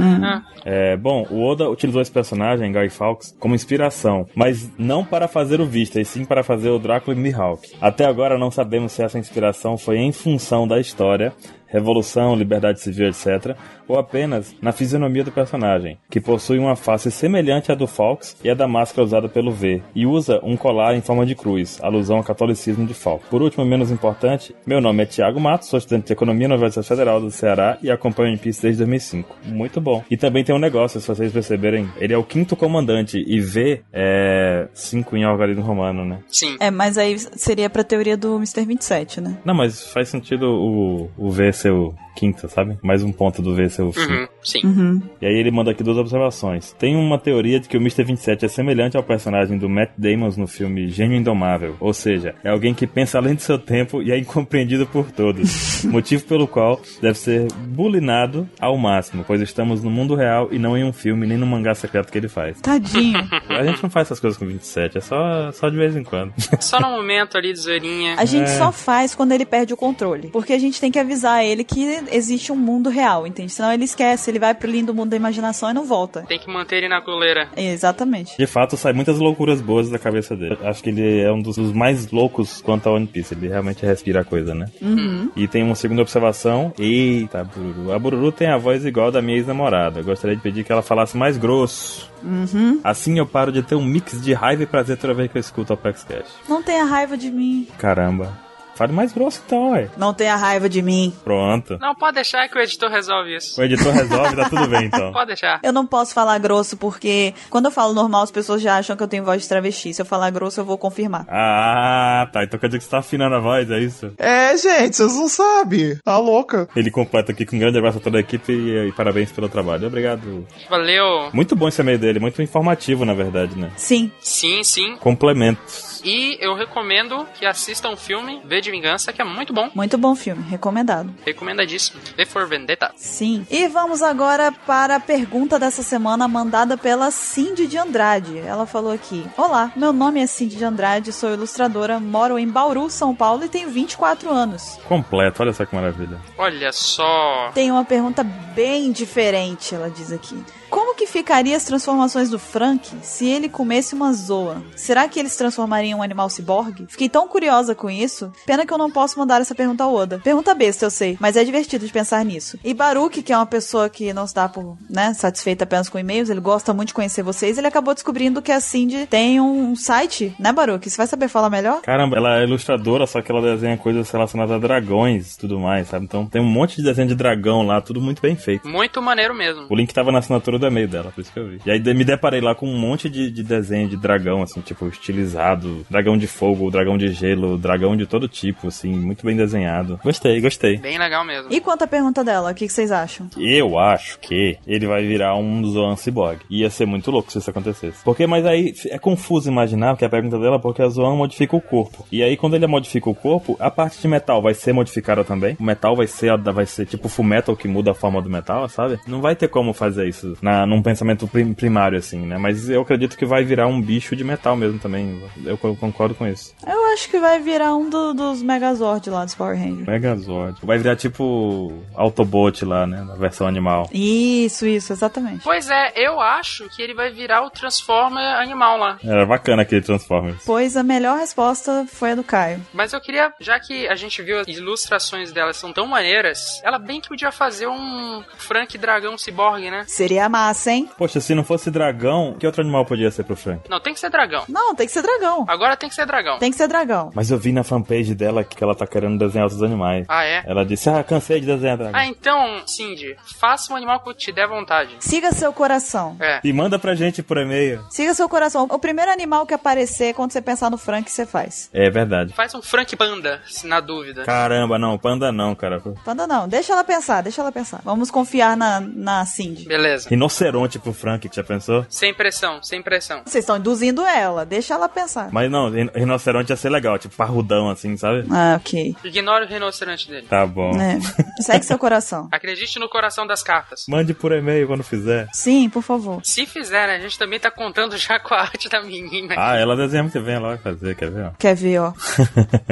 Speaker 6: é.
Speaker 1: É, bom, o Oda utilizou esse personagem, Guy Fawkes, como inspiração, mas não para fazer o Vista, e sim para fazer o Drácula e Mihawk. Até agora não sabemos se essa inspiração foi em função da história, revolução, liberdade civil, etc., ou apenas na fisionomia do personagem, que possui uma face semelhante à do Fawkes e à da máscara é usada pelo V, e usa um colar em forma de cruz, alusão ao catolicismo de Fawkes. Por último, menos importante, meu nome é Tiago Matos, sou estudante de Economia na Universidade Federal do Ceará e acompanho o One Piece desde 2005. Muito bom. E também tem um negócio, se vocês perceberem, ele é o quinto comandante, e V é 5 em algarismo romano, né?
Speaker 6: Sim.
Speaker 3: É, mas aí seria pra teoria do Mr. 27, né?
Speaker 1: Não, mas faz sentido o, o V ser o quinto, sabe? Mais um ponto do V ser o fim.
Speaker 6: Uhum, sim.
Speaker 3: Uhum.
Speaker 1: E aí ele manda aqui duas observações. Tem uma teoria de que o Mr. 27 é semelhante ao personagem do Matt Damon no filme Gênio Indomável. Ou seja, é alguém que pensa além do seu tempo e é incompreendido por todos. motivo pelo qual deve ser bulinado ao máximo, pois estamos no mundo real e não em um filme nem no mangá secreto que ele faz.
Speaker 3: Tadinho.
Speaker 1: A gente não faz essas coisas com 27, é só, só de vez em quando.
Speaker 6: Só no momento ali de zoeirinha.
Speaker 3: A gente
Speaker 1: É.
Speaker 3: só faz quando ele perde o controle. Porque a gente tem que avisar ele que existe um mundo real, entende? Senão ele esquece, ele vai pro lindo mundo da imaginação e não volta.
Speaker 6: Tem que manter ele na coleira.
Speaker 3: É, Exatamente.
Speaker 1: De fato, sai muitas loucuras boas da cabeça dele. Acho que ele é um dos dos mais loucos quanto a One Piece. Ele realmente respira a coisa, né?
Speaker 3: Uhum.
Speaker 1: E tem uma segunda observação. Eita, Bururu. A Bururu tem a voz igual da minha ex-namorada. Gostaria de pedir que ela falasse mais grosso.
Speaker 3: Uhum.
Speaker 1: Assim eu paro de ter um mix de raiva e prazer toda vez que eu escuto o Apex Cash.
Speaker 3: Não tenha raiva de mim.
Speaker 1: Caramba. Fale mais grosso então, ué.
Speaker 3: Não tenha raiva de mim.
Speaker 1: Pronto.
Speaker 6: Não, pode deixar que o editor resolve isso.
Speaker 1: O editor resolve, tá tudo bem então.
Speaker 6: Pode deixar.
Speaker 3: Eu não posso falar grosso porque quando eu falo normal as pessoas já acham que eu tenho voz de travesti. Se eu falar grosso eu vou confirmar.
Speaker 1: Ah, tá. Então quer dizer que você tá afinando a voz, é isso?
Speaker 9: É, gente, vocês não sabem. Tá louca?
Speaker 1: Ele completa aqui com um grande abraço a toda a equipe e, e parabéns pelo trabalho. Obrigado.
Speaker 6: Valeu.
Speaker 1: Muito bom esse e-mail dele, muito informativo, na verdade, né?
Speaker 3: Sim.
Speaker 6: Sim, sim.
Speaker 1: Complementos.
Speaker 6: E eu recomendo que assistam o filme V de Vingança, que é muito bom.
Speaker 3: Muito bom filme, recomendado.
Speaker 6: Recomendadíssimo. V for Vendetta.
Speaker 3: Sim. E vamos agora para a pergunta dessa semana mandada pela Cindy de Andrade. Ela falou aqui: Olá, meu nome é Cindy de Andrade, sou ilustradora, moro em Bauru, São Paulo e tenho 24 anos.
Speaker 1: Completo, olha só que maravilha.
Speaker 6: Olha só.
Speaker 3: Tem uma pergunta bem diferente, ela diz aqui. Como que ficaria as transformações do Frank se ele comesse uma zoa? Será que ele se transformaria em um animal ciborgue? Fiquei tão curiosa com isso. Pena que eu não posso mandar essa pergunta ao Oda. Pergunta besta, eu sei, mas é divertido de pensar nisso. E Baruch, que é uma pessoa que não se dá por, né, satisfeita apenas com e-mails, ele gosta muito de conhecer vocês, ele acabou descobrindo que a Cindy tem um site, né, Baruch? Você vai saber falar melhor?
Speaker 1: Caramba, ela é ilustradora, só que ela desenha coisas relacionadas a dragões e tudo mais, sabe? Então tem um monte de desenho de dragão lá, tudo muito bem feito.
Speaker 6: Muito maneiro mesmo.
Speaker 1: O link tava na assinatura do e-mail dela, por isso que eu vi. E aí de- me deparei lá com um monte de, de desenho de dragão, assim, tipo, estilizado. Dragão de fogo, dragão de gelo, dragão de todo tipo, assim, muito bem desenhado. Gostei, gostei.
Speaker 6: Bem legal mesmo.
Speaker 3: E quanto à pergunta dela, o que que vocês acham?
Speaker 1: Eu acho que ele vai virar um Zoan Cyborg. Ia ser muito louco se isso acontecesse. Porque, mas aí é confuso imaginar que a pergunta dela, é porque a Zoan modifica o corpo. E aí, quando ele modifica o corpo, a parte de metal vai ser modificada também. O metal vai ser, vai ser tipo full metal que muda a forma do metal, sabe? Não vai ter como fazer isso na, num pensamento prim- primário, assim, né? Mas eu acredito que vai virar um bicho de metal mesmo também. Eu co- concordo com isso.
Speaker 3: Eu acho que vai virar um do- dos Megazord lá dos Power Rangers.
Speaker 1: Megazord. Vai virar tipo Autobot lá, né? Na versão animal.
Speaker 3: Isso, isso, exatamente.
Speaker 6: Pois é, eu acho que ele vai virar o Transformer animal lá.
Speaker 1: Era bacana aquele Transformers.
Speaker 3: Pois a melhor resposta foi a do Caio.
Speaker 6: Mas eu queria, já que a gente viu as ilustrações dela são tão maneiras, ela bem que podia fazer um Frank Dragão Cyborg, né?
Speaker 3: Seria massa, hein?
Speaker 1: Poxa, se não fosse dragão, que outro animal podia ser pro Frank?
Speaker 6: Não, tem que ser dragão.
Speaker 3: Não, tem que ser dragão.
Speaker 6: Agora tem que ser dragão.
Speaker 3: Tem que ser dragão.
Speaker 1: Mas eu vi na fanpage dela que ela tá querendo desenhar outros animais.
Speaker 6: Ah, é?
Speaker 1: Ela disse, ah, cansei de desenhar dragão.
Speaker 6: Ah, então, Cindy, faça um animal que te der vontade.
Speaker 3: Siga seu coração.
Speaker 6: É.
Speaker 1: E manda pra gente por e-mail.
Speaker 3: Siga seu coração. O primeiro animal que aparecer é quando você pensar no Frank, você faz.
Speaker 1: É verdade.
Speaker 6: Faz um Frank Panda, se na dúvida.
Speaker 1: Caramba, não, panda não, cara.
Speaker 3: Panda não, deixa ela pensar, deixa ela pensar. Vamos confiar na, na Cindy.
Speaker 6: Beleza.
Speaker 1: Rinoceronte pro Frank, já pensou?
Speaker 6: Sem pressão, sem pressão.
Speaker 3: Vocês estão induzindo ela, deixa ela pensar.
Speaker 1: Mas não, rin- rinoceronte ia ser legal, tipo parrudão assim, sabe?
Speaker 3: Ah, ok.
Speaker 6: Ignora o rinoceronte dele.
Speaker 1: Tá bom.
Speaker 3: É. Segue seu coração.
Speaker 6: Acredite no coração das cartas.
Speaker 1: Mande por e-mail quando fizer.
Speaker 3: Sim, por favor.
Speaker 6: Se fizer, né, a gente também tá contando já com a arte da menina.
Speaker 1: Ah, ela desenha muito bem, ela vai fazer, quer ver? ó?
Speaker 3: Quer ver, ó.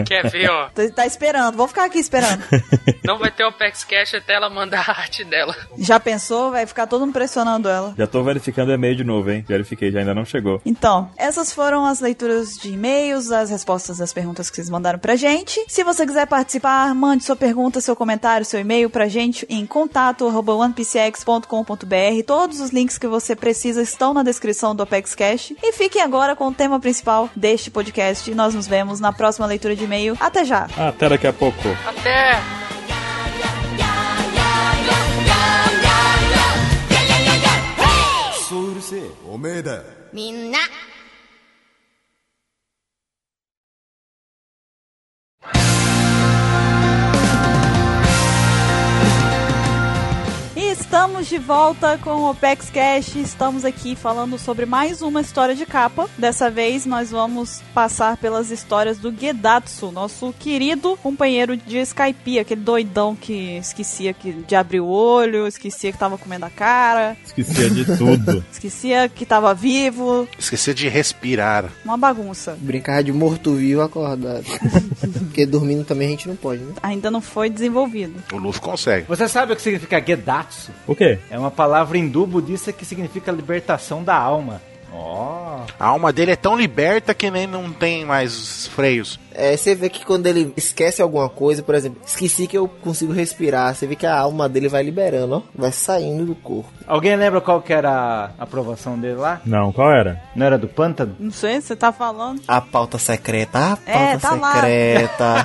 Speaker 6: Quer ver, ó?
Speaker 3: Tá- Tá esperando, vou ficar aqui esperando.
Speaker 6: Não vai ter o Pex Cash até ela mandar a arte dela.
Speaker 3: Já pensou? Vai ficar todo mundo pressionando ela.
Speaker 1: Já tô verificando o e-mail de novo, hein? Verifiquei, já ainda não chegou.
Speaker 3: Então, essas foram as leituras de e-mails, as respostas das perguntas que vocês mandaram pra gente. Se você quiser participar, mande sua pergunta, seu comentário, seu e-mail pra gente em contato arroba onepcx.com.br. Todos os links que você precisa estão na descrição do Apex Cash. E fiquem agora com o tema principal deste podcast. E Nós nos vemos na próxima leitura de e-mail. Até já!
Speaker 1: Ah, até daqui a pouco.
Speaker 6: Até!
Speaker 3: E estamos de volta com o Opex Cash. Estamos aqui falando sobre mais uma história de capa. Dessa vez nós vamos passar pelas histórias do Gedatsu, nosso querido companheiro de Skype, aquele doidão que esquecia que de abrir o olho, esquecia que tava comendo a cara,
Speaker 1: Esquecia de <laughs> tudo.
Speaker 3: esquecia que tava vivo,
Speaker 5: Esqueci de respirar.
Speaker 3: uma bagunça.
Speaker 2: Brincar de morto-vivo acordado. Porque dormindo também a gente não pode, né?
Speaker 3: Ainda não foi desenvolvido.
Speaker 5: O Luffy consegue.
Speaker 4: Você sabe o que significa Gedatsu?
Speaker 1: o quê?
Speaker 4: É uma palavra hindu budista que significa libertação da alma. Ó.
Speaker 5: A alma dele é tão liberta que nem não tem mais freios.
Speaker 2: É, você vê que quando ele esquece alguma coisa, por exemplo, esqueci que eu consigo respirar, você vê que a alma dele vai liberando, ó, vai saindo do corpo.
Speaker 4: Alguém lembra qual que era a aprovação dele lá?
Speaker 1: Não, qual era?
Speaker 4: Não era do pântano?
Speaker 3: Não sei, você tá falando.
Speaker 2: A pauta secreta, a pauta
Speaker 3: É, tá lá.
Speaker 2: secreta.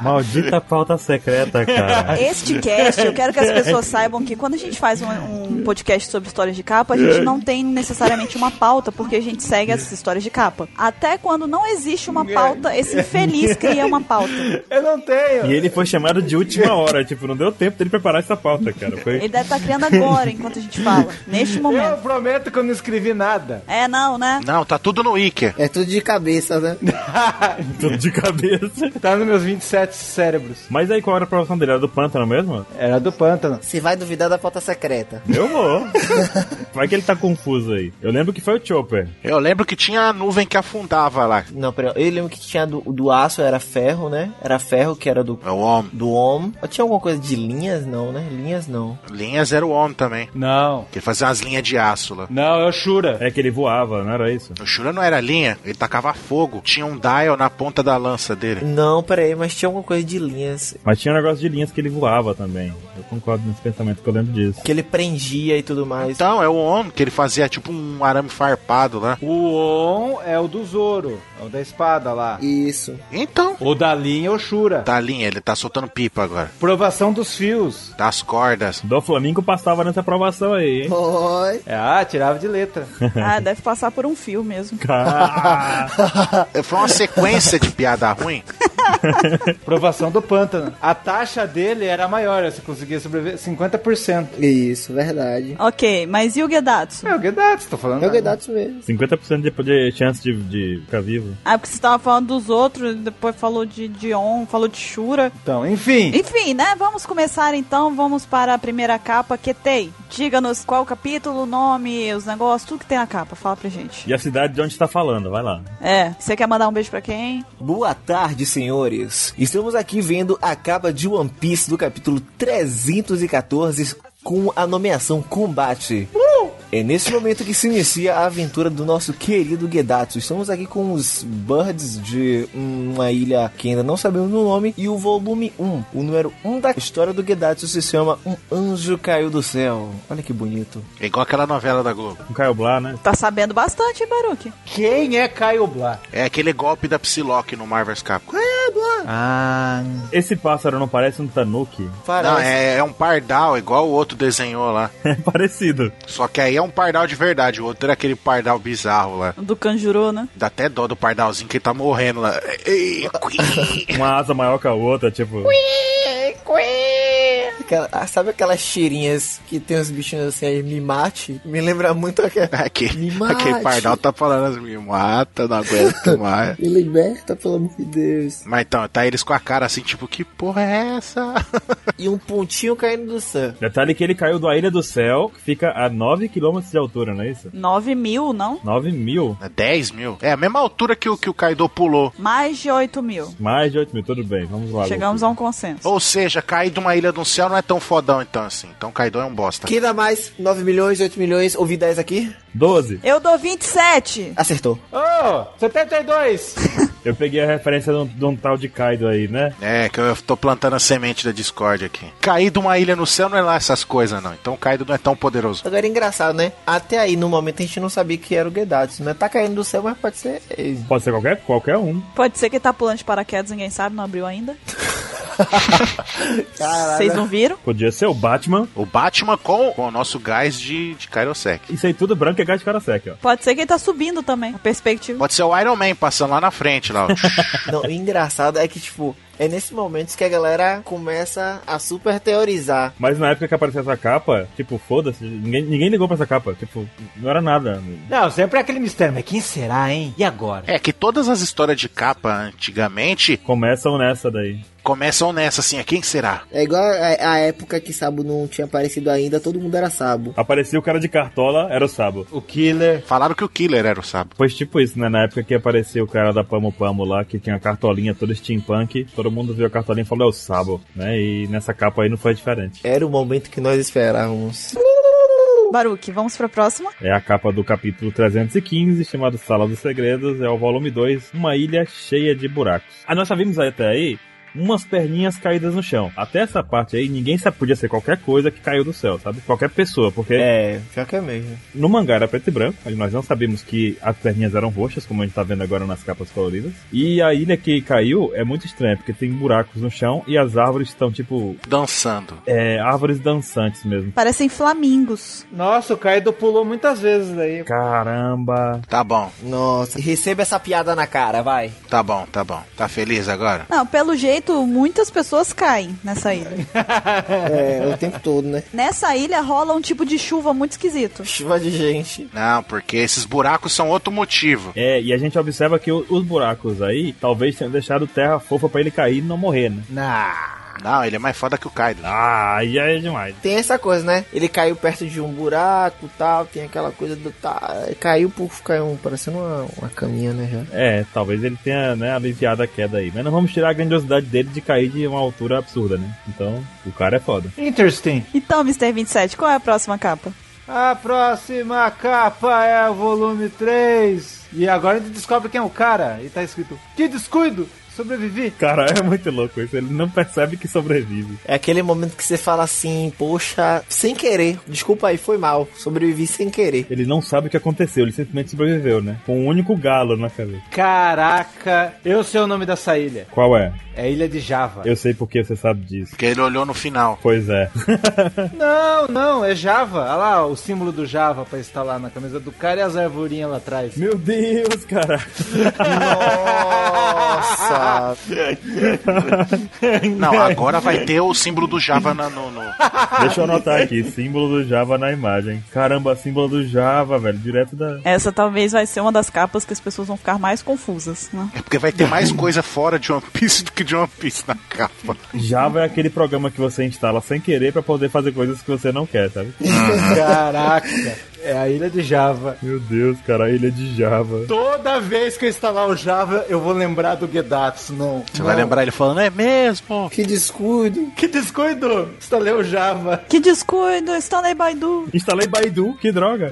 Speaker 1: <laughs> Maldita pauta secreta, cara.
Speaker 3: Este cast, eu quero que as pessoas saibam que quando a gente faz um, um podcast sobre histórias de capa, a gente não tem necessariamente uma pauta, porque a gente segue essas histórias de capa. Até quando não existe uma pauta, esse infeliz cria uma pauta.
Speaker 4: Eu não tenho.
Speaker 1: E ele foi chamado de última hora, tipo, não deu tempo dele preparar essa pauta, cara.
Speaker 3: Ele
Speaker 1: Foi...
Speaker 3: deve estar criando agora, enquanto a gente fala, neste
Speaker 4: Eu
Speaker 3: momento.
Speaker 4: prometo que eu não escrevi nada. <laughs>
Speaker 3: É, não, né?
Speaker 5: Não, tá tudo no Iker.
Speaker 2: é tudo de cabeça, né?
Speaker 1: Tudo de cabeça.
Speaker 4: Tá nos meus 27 cérebros.
Speaker 1: Mas aí qual era a provação dele? Era do pântano mesmo?
Speaker 4: Era do pântano.
Speaker 2: Você vai duvidar da pauta secreta.
Speaker 1: Eu vou. Vai que ele tá confuso aí. Eu lembro que foi o Chopper.
Speaker 5: Eu lembro que tinha a nuvem que afundava lá.
Speaker 2: Não, pera, eu lembro que tinha do, do aço, era ferro, né? Era ferro que era do,
Speaker 5: É o homem.
Speaker 2: do homem. Tinha alguma coisa de linhas? Não, né? Linhas não.
Speaker 5: Linhas era o homem também.
Speaker 4: Não.
Speaker 5: Que ele fazia umas linhas de aço lá.
Speaker 4: Não, é o Shura.
Speaker 1: É que ele voava, não era isso?
Speaker 5: O Shura não era linha, ele tacava fogo. Tinha um dial na ponta da lança dele.
Speaker 2: Não, peraí, mas tinha alguma coisa de linhas.
Speaker 1: Mas tinha um negócio de linhas que ele voava também. Eu concordo nesse pensamento que eu lembro disso.
Speaker 2: Que ele prendia e tudo mais.
Speaker 5: Então, é o homem que ele fazia tipo um arame farpado lá.
Speaker 4: O On é o do Zoro. É o da espada lá.
Speaker 2: Isso.
Speaker 5: Então,
Speaker 4: O da linha é o Shura.
Speaker 5: tá linha, ele tá soltando pipa agora.
Speaker 4: Provação dos fios.
Speaker 5: Das cordas.
Speaker 1: Do Flamengo passava nessa aprovação aí, hein?
Speaker 2: Oi.
Speaker 4: É, ah, tirava de letra.
Speaker 3: Ah, deve passar por um fio mesmo.
Speaker 1: Cara,
Speaker 5: Foi uma sequência de piada ruim.
Speaker 4: Provação do pântano. A taxa dele era maior, você conseguia sobreviver 50%.
Speaker 2: Isso, verdade.
Speaker 3: Ok, mas e o Gedatsu?
Speaker 4: É o Gedatsu, tô falando.
Speaker 2: É o Gedatsu mesmo.
Speaker 1: 50% de, de chance de, de ficar vivo.
Speaker 3: Ah, porque você tava falando dos outros, depois falou de Dion, falou de Shura.
Speaker 4: Então, enfim.
Speaker 3: Enfim, né? Vamos começar então. Vamos para a primeira capa. Ketei, diga-nos qual capítulo, nome, os negócios, tudo que tem na capa. Fala pra gente.
Speaker 1: E a cidade de onde tá falando, vai lá.
Speaker 3: É, você quer mandar um beijo pra quem?
Speaker 2: Boa tarde, senhores. Estamos aqui vendo a capa de One Piece do capítulo 314 com a nomeação Combate. É nesse momento que se inicia a aventura do nosso querido Gedatsu. Estamos aqui com os Birds de uma ilha que ainda não sabemos o nome e o volume 1. O número 1 da história do Gedatsu se chama Um Anjo Caiu do Céu. Olha que bonito.
Speaker 5: É igual aquela novela da Globo.
Speaker 1: Um Caio Blá, né?
Speaker 3: Tá sabendo bastante, hein, Baruque?
Speaker 4: Quem é Caio Blá?
Speaker 5: É aquele golpe da Psylocke no Marvel's Capcom.
Speaker 4: Ah,
Speaker 1: Esse pássaro não parece um tanuki?
Speaker 5: Não,
Speaker 2: Parece.
Speaker 5: é, é um pardal, igual o outro desenhou lá.
Speaker 1: É <laughs> parecido.
Speaker 5: Só que aí é um pardal de verdade, o outro era aquele pardal bizarro lá.
Speaker 3: Do Kanjuro, né?
Speaker 5: Dá até dó do pardalzinho que ele tá morrendo lá. Ei, cui.
Speaker 1: Uma asa maior que a outra, tipo...
Speaker 2: Aquela- ah, sabe aquelas cheirinhas que tem os bichinhos assim, aí, me mate? Me lembra muito aquela.
Speaker 5: <laughs> aquele,
Speaker 2: Me mate.
Speaker 5: aquele pardal tá falando assim, me mata, não
Speaker 2: <laughs>
Speaker 5: aguento mais.
Speaker 2: Me liberta, pelo amor de Deus.
Speaker 5: Mas então, tá eles com a cara assim, tipo, que porra é essa? <laughs>
Speaker 2: E um pontinho caindo do céu.
Speaker 1: Detalhe que ele caiu da Ilha do Céu, que fica a 9 km de altura, não é isso?
Speaker 3: 9 mil, não?
Speaker 1: 9 mil.
Speaker 5: 10 mil? É a mesma altura que o, que o Kaido pulou.
Speaker 3: Mais de 8 mil.
Speaker 1: Mais de 8 mil, tudo bem, vamos lá.
Speaker 3: Chegamos a um consenso.
Speaker 5: Ou seja, cair de uma ilha do céu não é tão fodão então assim. Então Kaido é um bosta.
Speaker 2: Quem dá mais? 9 milhões, 8 milhões, ouvi 10 aqui?
Speaker 1: 12.
Speaker 3: Eu dou 27.
Speaker 2: Acertou.
Speaker 4: Ô, 72!
Speaker 1: Eu peguei a referência de um, de um tal de Kaido aí, né?
Speaker 5: É, que eu tô plantando a semente da discórdia aqui. Cair de uma ilha no céu não é lá essas coisas, não. Então o Kaido não é tão poderoso.
Speaker 2: Agora é engraçado, né? Até aí, no momento, a gente não sabia que era o Gedatsu, né? Tá caindo do céu, mas pode ser ele.
Speaker 1: Pode ser qualquer, qualquer um.
Speaker 3: Pode ser que tá pulando de paraquedas, ninguém sabe, não abriu ainda.
Speaker 2: Caralho.
Speaker 3: Vocês não viram?
Speaker 1: Podia ser o Batman.
Speaker 5: O Batman com, com o nosso gás de, de Kairosek.
Speaker 1: Isso aí tudo branco é gás de cara seca, ó.
Speaker 3: Pode ser que ele tá subindo também. A perspectiva.
Speaker 5: Pode ser o Iron Man passando lá na frente,
Speaker 2: <laughs>
Speaker 5: lá. ó.
Speaker 2: Não, o engraçado é que, tipo, é nesse momento que a galera começa a super teorizar.
Speaker 1: Mas na época que apareceu essa capa, tipo, foda-se, ninguém, ninguém ligou pra essa capa. Tipo, não era nada.
Speaker 4: Não, sempre é aquele mistério, mas quem será, hein? E agora?
Speaker 5: é que todas as histórias de capa antigamente
Speaker 1: Começam nessa daí.
Speaker 5: começam nessa, assim, é quem será?
Speaker 10: É igual a, a época que Sabo não tinha aparecido ainda, todo mundo era Sabo.
Speaker 1: Aparecia o cara de cartola, era o Sabo.
Speaker 4: O Killer.
Speaker 5: Falaram que o Killer era o Sabo.
Speaker 1: Pois tipo isso, né? Na época que apareceu o cara da Pamo Pamo lá, que tinha a cartolinha toda steampunk, todo mundo viu a cartolinha e falou, é o Sabo, né? E nessa capa aí não foi diferente.
Speaker 2: Era o momento que nós esperávamos.
Speaker 3: Baruque, vamos pra próxima?
Speaker 1: É a capa do capítulo 315, chamado Sala dos Segredos, é o volume 2, uma ilha cheia de buracos. Ah, nós já vimos até aí umas perninhas caídas no chão. Até essa parte aí, ninguém sabe, podia ser qualquer coisa que caiu do céu, sabe? Qualquer pessoa, porque
Speaker 2: É, pior que é mesmo.
Speaker 1: no mangá era preto e branco, mas nós não sabemos que as perninhas eram roxas, como a gente tá vendo agora nas capas coloridas. E a ilha que caiu é muito estranha, porque tem buracos no chão e as árvores estão, tipo,
Speaker 5: Dançando.
Speaker 1: é, árvores dançantes mesmo.
Speaker 3: Parecem flamingos.
Speaker 4: Nossa, o Kaido pulou muitas vezes daí.
Speaker 1: Caramba!
Speaker 5: Tá bom,
Speaker 2: Nossa, receba essa piada na cara, vai.
Speaker 5: tá bom, tá bom. Tá feliz agora?
Speaker 3: Não, pelo jeito, muitas pessoas caem nessa ilha.
Speaker 10: É, o tempo todo, né?
Speaker 3: Nessa ilha rola um tipo de chuva muito esquisito.
Speaker 2: Chuva de gente.
Speaker 5: Não, porque esses buracos são outro motivo.
Speaker 1: É, e a gente observa que o- os buracos aí talvez tenham deixado terra fofa pra ele cair e não morrer, né?
Speaker 5: Não, ele é mais foda que o Kaido.
Speaker 1: Ah, aí é demais.
Speaker 2: Tem essa coisa, né? Ele caiu perto de um buraco tal, tem aquela coisa do. Tá, caiu por. Caiu um, parecendo uma, uma caminha, né? Já.
Speaker 1: É, talvez ele tenha, né, aliviado a queda aí. Mas não vamos tirar a grandiosidade dele de cair de uma altura absurda, né? Então, o cara é foda.
Speaker 4: Interesting.
Speaker 3: Então, Mr. 27, qual é a próxima capa?
Speaker 4: A próxima capa é o volume 3. E agora a gente descobre quem é o cara. E tá escrito: Que descuido! Sobrevivi.
Speaker 1: Cara, <laughs> é muito louco isso. Ele não percebe que sobrevive.
Speaker 2: É aquele momento que você fala assim, poxa, sem querer. Desculpa aí, foi mal. Sobrevivi sem querer.
Speaker 1: Ele não sabe o que aconteceu, ele simplesmente sobreviveu, né? Com um único galo na cabeça.
Speaker 4: Caraca, eu sei o nome dessa ilha.
Speaker 1: Qual é?
Speaker 4: É a Ilha de Java.
Speaker 1: Eu sei porque você sabe disso.
Speaker 5: Porque ele olhou no final.
Speaker 1: Pois é.
Speaker 4: Não, não, é Java. Olha lá o símbolo do Java pra instalar na camisa do cara e as arvorinhas lá
Speaker 1: <laughs>
Speaker 4: atrás.
Speaker 1: Meu Deus, cara.
Speaker 2: Nossa!
Speaker 5: Não, agora vai ter o símbolo do Java na, no, no-
Speaker 1: Deixa eu anotar aqui. Símbolo do Java na imagem. Caramba, símbolo do Java, velho. Direto da.
Speaker 3: Essa talvez vai ser uma das capas que as pessoas vão ficar mais confusas, né?
Speaker 5: É porque vai ter mais coisa fora de One Piece do que de One Piece na capa.
Speaker 1: Java é aquele programa que você instala sem querer pra poder fazer coisas que você não quer, sabe?
Speaker 4: Caraca. É a ilha de Java.
Speaker 1: Meu Deus, cara, a ilha de Java.
Speaker 4: Toda vez que eu instalar o Java, eu vou lembrar do Gedatsu, não.
Speaker 5: Você vai lembrar ele falando, é mesmo?
Speaker 10: Que descuido.
Speaker 4: Que descuido! Instalei o Java.
Speaker 3: Que descuido, instalei Baidu.
Speaker 1: Instalei Baidu, que droga.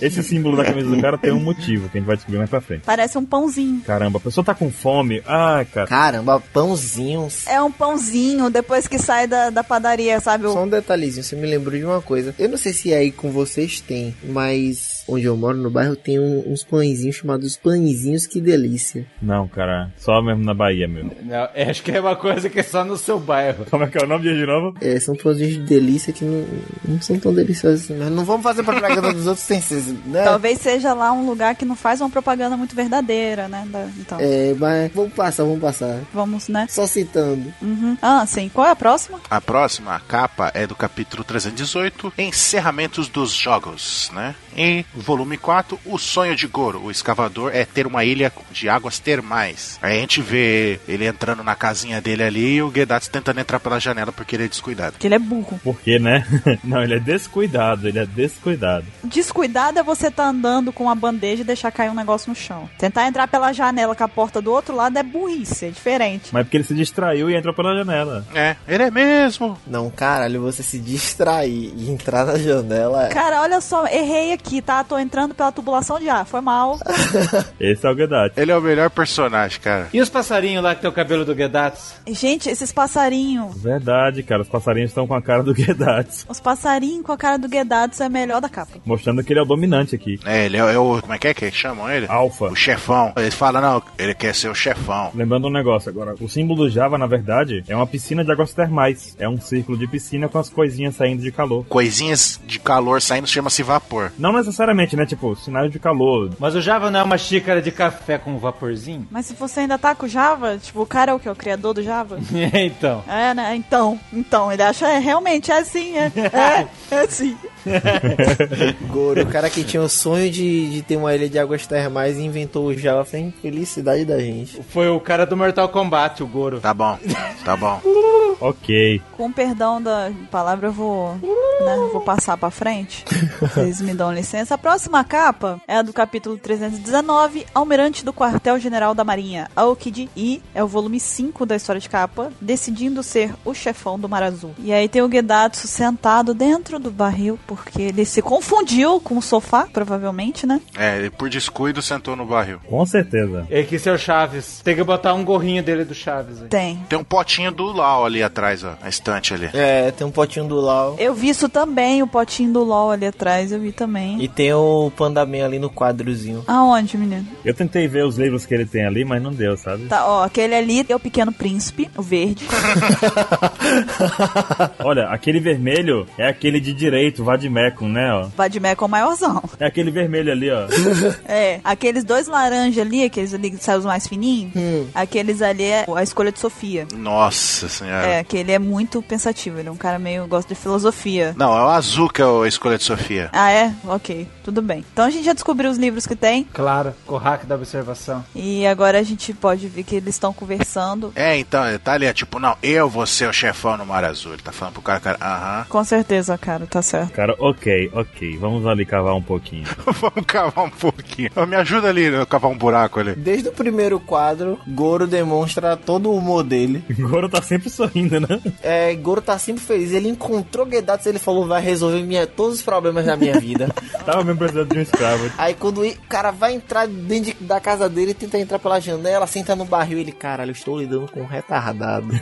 Speaker 1: Esse símbolo da camisa do cara tem um motivo que a gente vai descobrir mais pra frente.
Speaker 3: Parece um pãozinho.
Speaker 1: Caramba, a pessoa tá com fome. Ai, cara.
Speaker 2: Caramba, pãozinhos.
Speaker 3: É um pãozinho depois que sai da, da padaria, sabe? O-
Speaker 2: Só um detalhezinho, você me lembrou de uma coisa. Eu não sei se aí com vocês tem, mas onde eu moro, no bairro, tem um- uns pãezinhos chamados pãezinhos, que delícia.
Speaker 1: Não, cara, só mesmo na Bahia, meu.
Speaker 4: Não, é, acho que é uma coisa que é só no seu bairro.
Speaker 1: Como é que é o nome de novo?
Speaker 2: É, são pãezinhos de delícia que não, não são tão deliciosos assim. Mas não vamos fazer propaganda dos outros sem ser, né?
Speaker 3: Talvez seja lá um lugar que não faz uma propaganda muito verdadeira, né? Da- Então,
Speaker 2: É, mas vamos passar, vamos passar.
Speaker 3: vamos, né?
Speaker 2: Só citando.
Speaker 3: Uhum. Ah, sim. Qual é a próxima?
Speaker 5: A próxima capa é do capítulo 318, Encerramentos dos Jogos, né? Em volume 4, O Sonho de Goro. O escavador é ter uma ilha de águas termais. Aí a gente vê ele entrando na casinha dele ali e o Gedatsu tentando entrar pela janela porque ele é descuidado.
Speaker 3: Que ele é burro.
Speaker 1: Por quê, né? <laughs> Não, ele é descuidado, ele é descuidado.
Speaker 3: Descuidado é você tá andando com uma bandeja e deixar cair um negócio no chão. Tentar entrar pela janela com a porta do outro lado é burrice, é diferente.
Speaker 1: Mas porque ele se distraiu e entrou pela janela.
Speaker 5: É, ele é mesmo.
Speaker 2: Não, caralho, você se distrair e entrar Tá na janela. é-
Speaker 3: Cara, olha só, errei aqui, tá? Tô entrando pela tubulação de ar, foi mal.
Speaker 1: Esse é o Gedat.
Speaker 5: Ele é o melhor personagem, cara.
Speaker 4: E os passarinhos lá que tem o cabelo do Gedatsu?
Speaker 3: Gente, esses passarinhos.
Speaker 1: Verdade, cara, os passarinhos estão com a cara do <laughs> Gedat.
Speaker 3: Os passarinhos com a cara do Guedados é melhor da capa.
Speaker 1: Mostrando que ele é o dominante aqui.
Speaker 5: É, ele é, é o. Como é que é que chamam ele?
Speaker 1: Alfa.
Speaker 5: O chefão. Ele fala, não, ele quer ser o chefão.
Speaker 1: Lembrando um negócio agora, o símbolo do Java, na verdade, é uma piscina de águas termais. É um círculo de piscina com as coisinhas saindo de calor.
Speaker 5: Coisinhas de calor saindo chama-se vapor.
Speaker 1: Não necessariamente, né? Tipo, sinais de calor.
Speaker 4: Mas o Java não é uma xícara de café com vaporzinho? <laughs>
Speaker 3: Mas se você ainda tá com o Java, tipo, o cara é o que? O criador do Java?
Speaker 4: então.
Speaker 3: É, né? Então, então, ele acha é, realmente é assim, é. É, é assim.
Speaker 2: Goro, o cara que tinha o sonho de, de ter uma ilha de águas termais e inventou o Java foi a infelicidade da gente.
Speaker 4: Foi o cara do Mortal Kombat, o Goro.
Speaker 5: Tá bom, tá bom.
Speaker 1: Ok.
Speaker 3: Com perdão da palavra, eu vou, né, vou passar pra frente. Vocês me dão licença. A próxima capa é a do capítulo 319, Almirante do Quartel-General da Marinha, Aokiji I. É o volume 5 da história de capa, decidindo ser o chefão do Mar Azul. E aí tem o Gedatsu sentado dentro do barril, porque ele se confundiu com o sofá, provavelmente, né?
Speaker 5: É, ele por descuido sentou no barril.
Speaker 1: Com certeza.
Speaker 4: É que seu Chaves. Tem que botar um gorrinho dele do Chaves aí.
Speaker 3: Tem.
Speaker 5: Tem um potinho do Lau ali atrás, ó. A estante ali.
Speaker 2: É, tem um potinho do Lau.
Speaker 3: Eu vi isso também, o potinho do LOL ali atrás, eu vi também.
Speaker 2: E tem o Pandaman ali no quadrozinho. <laughs>
Speaker 3: Aonde, menino?
Speaker 1: Eu tentei ver os livros que ele tem ali, mas não deu, sabe?
Speaker 3: Tá, ó, aquele ali é o Pequeno Príncipe, o verde.
Speaker 1: Olha, aquele vermelho é aquele de direito, Vadimecum, né, ó.
Speaker 3: Vadimec é o maiorzão.
Speaker 1: É aquele vermelho ali, ó.
Speaker 3: É, aqueles dois laranja ali, aqueles ali que saem os mais fininhos, aqueles ali é a escolha de Sofia.
Speaker 5: Nossa senhora.
Speaker 3: É, que ele é muito pensativo, ele é um cara meio gosta de filosofia.
Speaker 5: Não, é o azul que é a escolha de Sofia.
Speaker 3: Ah, é? Ok, tudo bem. Então a gente já descobriu os livros que tem
Speaker 4: Claro, com o hack da observação.
Speaker 3: e agora a gente pode ver que eles estão conversando.
Speaker 5: É, então, ele tá ali, é tipo, não, eu vou ser o chefão no Mar Azul. Ele tá falando pro cara, cara, aham. <laughs>
Speaker 3: Com certeza, cara, tá certo.
Speaker 1: Cara, ok, ok. Vamos ali cavar um pouquinho. <laughs>
Speaker 5: Vamos cavar um pouquinho. Ô, Me ajuda ali, né, cavar um buraco ali. <laughs>
Speaker 2: Desde o primeiro quadro, Goro demonstra todo o humor dele.
Speaker 1: Goro tá sempre sorrindo, né?
Speaker 2: É, Goro tá sempre feliz. Ele encontrou Gedatsu ele falou, vai resolver minha, todos os problemas da minha vida.
Speaker 1: Tava mesmo precisando de um escravo.
Speaker 2: Aí quando o cara vai entrar dentro de- da casa dele, tenta entrar pela janela, senta no barril, ele, caralho, eu estou lidando com um retardado. <laughs>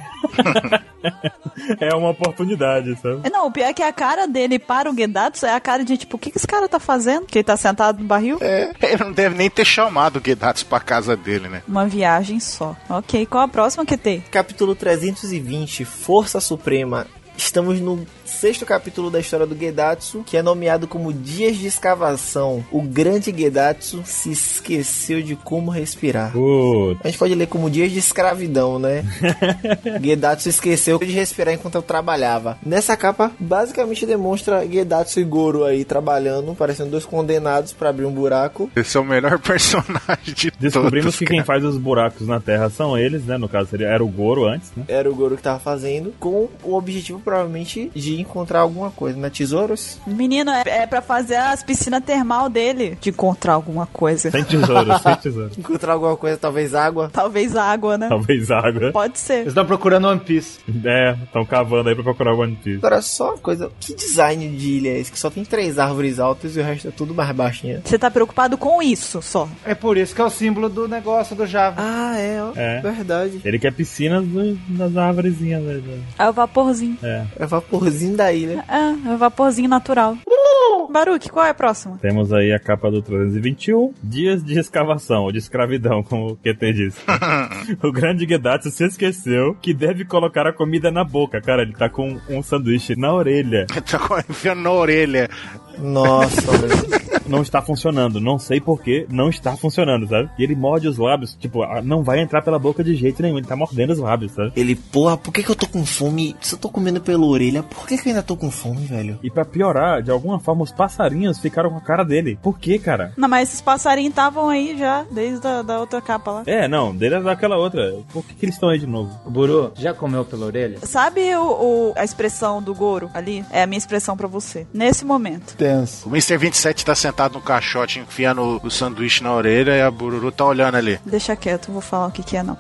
Speaker 1: É uma oportunidade, sabe?
Speaker 3: Não, o pior é que a cara dele para o Guedatsu é a cara de tipo, o que, que esse cara tá fazendo? Que ele tá sentado no barril?
Speaker 5: É, ele não deve nem ter chamado o Guedatsu pra casa dele, né?
Speaker 3: Uma viagem só. Ok, qual a próxima que tem?
Speaker 2: Capítulo 320, Força Suprema. Estamos no sexto capítulo da história do Gedatsu, que é nomeado como Dias de Escavação. O grande Gedatsu se esqueceu de como respirar.
Speaker 1: Putz.
Speaker 2: A gente pode ler como dias de escravidão, <laughs> né? Gedatsu esqueceu de respirar enquanto eu trabalhava. Nessa capa, basicamente demonstra Gedatsu e Goro aí trabalhando, parecendo dois condenados pra abrir um buraco.
Speaker 5: Esse é o melhor <laughs> personagem de
Speaker 1: Descobrimos
Speaker 5: todos,
Speaker 1: que quem
Speaker 5: cara.
Speaker 1: faz os buracos na terra são eles, né? No caso, seria, era o Goro antes, né?
Speaker 2: Era o Goro que tava fazendo, com o objetivo provavelmente de conseguir encontrar alguma coisa, né? Tesouros?
Speaker 3: Menino, é, é pra fazer as piscinas termal dele. De encontrar alguma coisa.
Speaker 1: Tem <laughs> tesouros, tem tesouros.
Speaker 2: Encontrar alguma coisa, talvez água.
Speaker 3: <laughs> Talvez água, né?
Speaker 1: Talvez água.
Speaker 3: Pode ser.
Speaker 4: Eles estão procurando One Piece.
Speaker 1: É, estão cavando aí pra procurar o One Piece.
Speaker 2: Agora, só uma coisa. Que design de ilha é esse? Que só tem três árvores altas e o resto é tudo mais baixinho.
Speaker 3: Você tá preocupado com isso só.
Speaker 4: É por isso que é o símbolo do negócio do Java.
Speaker 2: Ah, é, ó.
Speaker 1: É.
Speaker 2: Verdade.
Speaker 1: Ele quer piscinas no- nas árvorezinhas, né? né?
Speaker 3: É o vaporzinho.
Speaker 1: É.
Speaker 2: É vaporzinho da ilha.
Speaker 3: É, é o vaporzinho natural. <laughs> Baruque, qual é a próxima?
Speaker 1: Temos aí a capa do 321, dias de escavação, ou de escravidão, como o QT disse. o grande Gedatsu se esqueceu que deve colocar a comida na boca. Cara, ele tá com um sanduíche na orelha.
Speaker 5: <laughs> Tá com- enfiando na orelha.
Speaker 2: Nossa, mano.
Speaker 1: Não está funcionando, não sei porquê, não está funcionando, sabe? E ele morde os lábios, tipo, ah, não vai entrar pela boca de jeito nenhum, ele tá mordendo os lábios, sabe?
Speaker 2: Ele, porra, por que, que eu tô com fome? Se eu tô comendo pela orelha, por que, que eu ainda tô com fome, velho?
Speaker 1: E pra piorar, de alguma forma, os passarinhos ficaram com a cara dele. Por quê, cara?
Speaker 3: Não, mas esses passarinhos estavam aí já, desde a da outra capa lá.
Speaker 1: É, não, dele é daquela outra. Por que, que eles estão aí de novo?
Speaker 4: Buru, já comeu pela
Speaker 1: É.
Speaker 4: orelha?
Speaker 3: Sabe o, o- a expressão do Goro ali? É a minha expressão pra você. Nesse momento.
Speaker 4: Tenso.
Speaker 5: O Mr. 27 tá sentado no caixote, enfiando o sanduíche na orelha e a Bururu tá olhando ali.
Speaker 3: Deixa quieto, não vou falar o que que é não.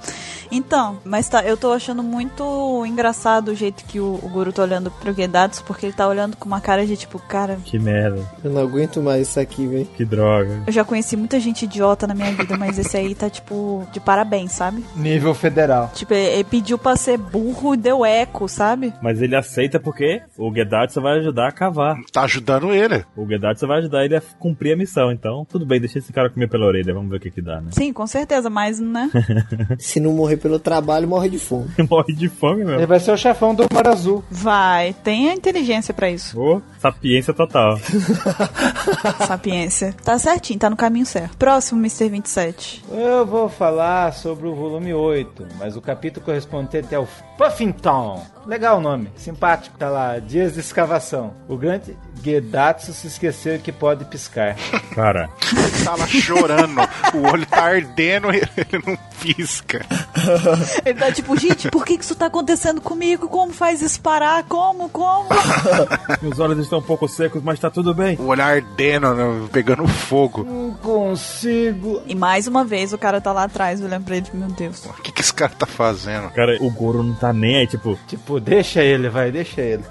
Speaker 3: Então, mas tá, eu tô achando muito engraçado o jeito que o, o Goro tá olhando pro Gedatsu, porque ele tá olhando com uma cara de tipo, cara,
Speaker 1: Que merda,
Speaker 2: Eu não aguento mais isso aqui, velho.
Speaker 1: que droga.
Speaker 3: eu já conheci muita gente idiota na minha vida, mas esse aí tá tipo de parabéns, sabe?
Speaker 4: Nível federal.
Speaker 3: Tipo, ele ele pediu pra ser burro e deu eco, sabe?
Speaker 1: Mas ele aceita porque o Gedatsu vai ajudar a cavar.
Speaker 5: Tá ajudando ele.
Speaker 1: O Gedatsu vai ajudar ele a cumprir a missão. Então, tudo bem, deixa esse cara comer pela orelha. Vamos ver o que que dá, né? <laughs>
Speaker 3: Sim, com certeza, mas <laughs> né?
Speaker 10: <laughs> Se não morrer pelo trabalho, morre de fome.
Speaker 1: Morre de fome,
Speaker 4: Ele
Speaker 1: meu.
Speaker 4: vai ser o chefão do Mar Azul.
Speaker 3: Vai, tem a inteligência pra isso.
Speaker 1: Ô, sapiência total.
Speaker 3: Sapiência. Tá certinho, tá no caminho certo. Próximo, Mr. 27.
Speaker 4: Eu vou falar sobre o volume 8, mas o capítulo correspondente é o Puffington. Legal o nome, simpático. Tá lá, dias de escavação. O grande Gedatsu se esqueceu que pode <laughs> piscar.
Speaker 1: Cara,
Speaker 5: Tá lá chorando. o olho tá ardendo e ele não pisca.
Speaker 3: Ele tá tipo, gente, por que que isso tá acontecendo comigo? Como faz isso parar? Como? Como?
Speaker 1: meus olhos estão um pouco secos, mas tá tudo bem.
Speaker 5: O olho ardendo, né, pegando fogo.
Speaker 4: Não consigo.
Speaker 3: E mais uma vez o cara tá lá atrás olhando pra ele, meu Deus.
Speaker 5: O que, que esse cara tá fazendo? <laughs>
Speaker 1: Cara, o Goro não tá nem aí, tipo,
Speaker 4: Tipo, deixa ele, vai, deixa ele.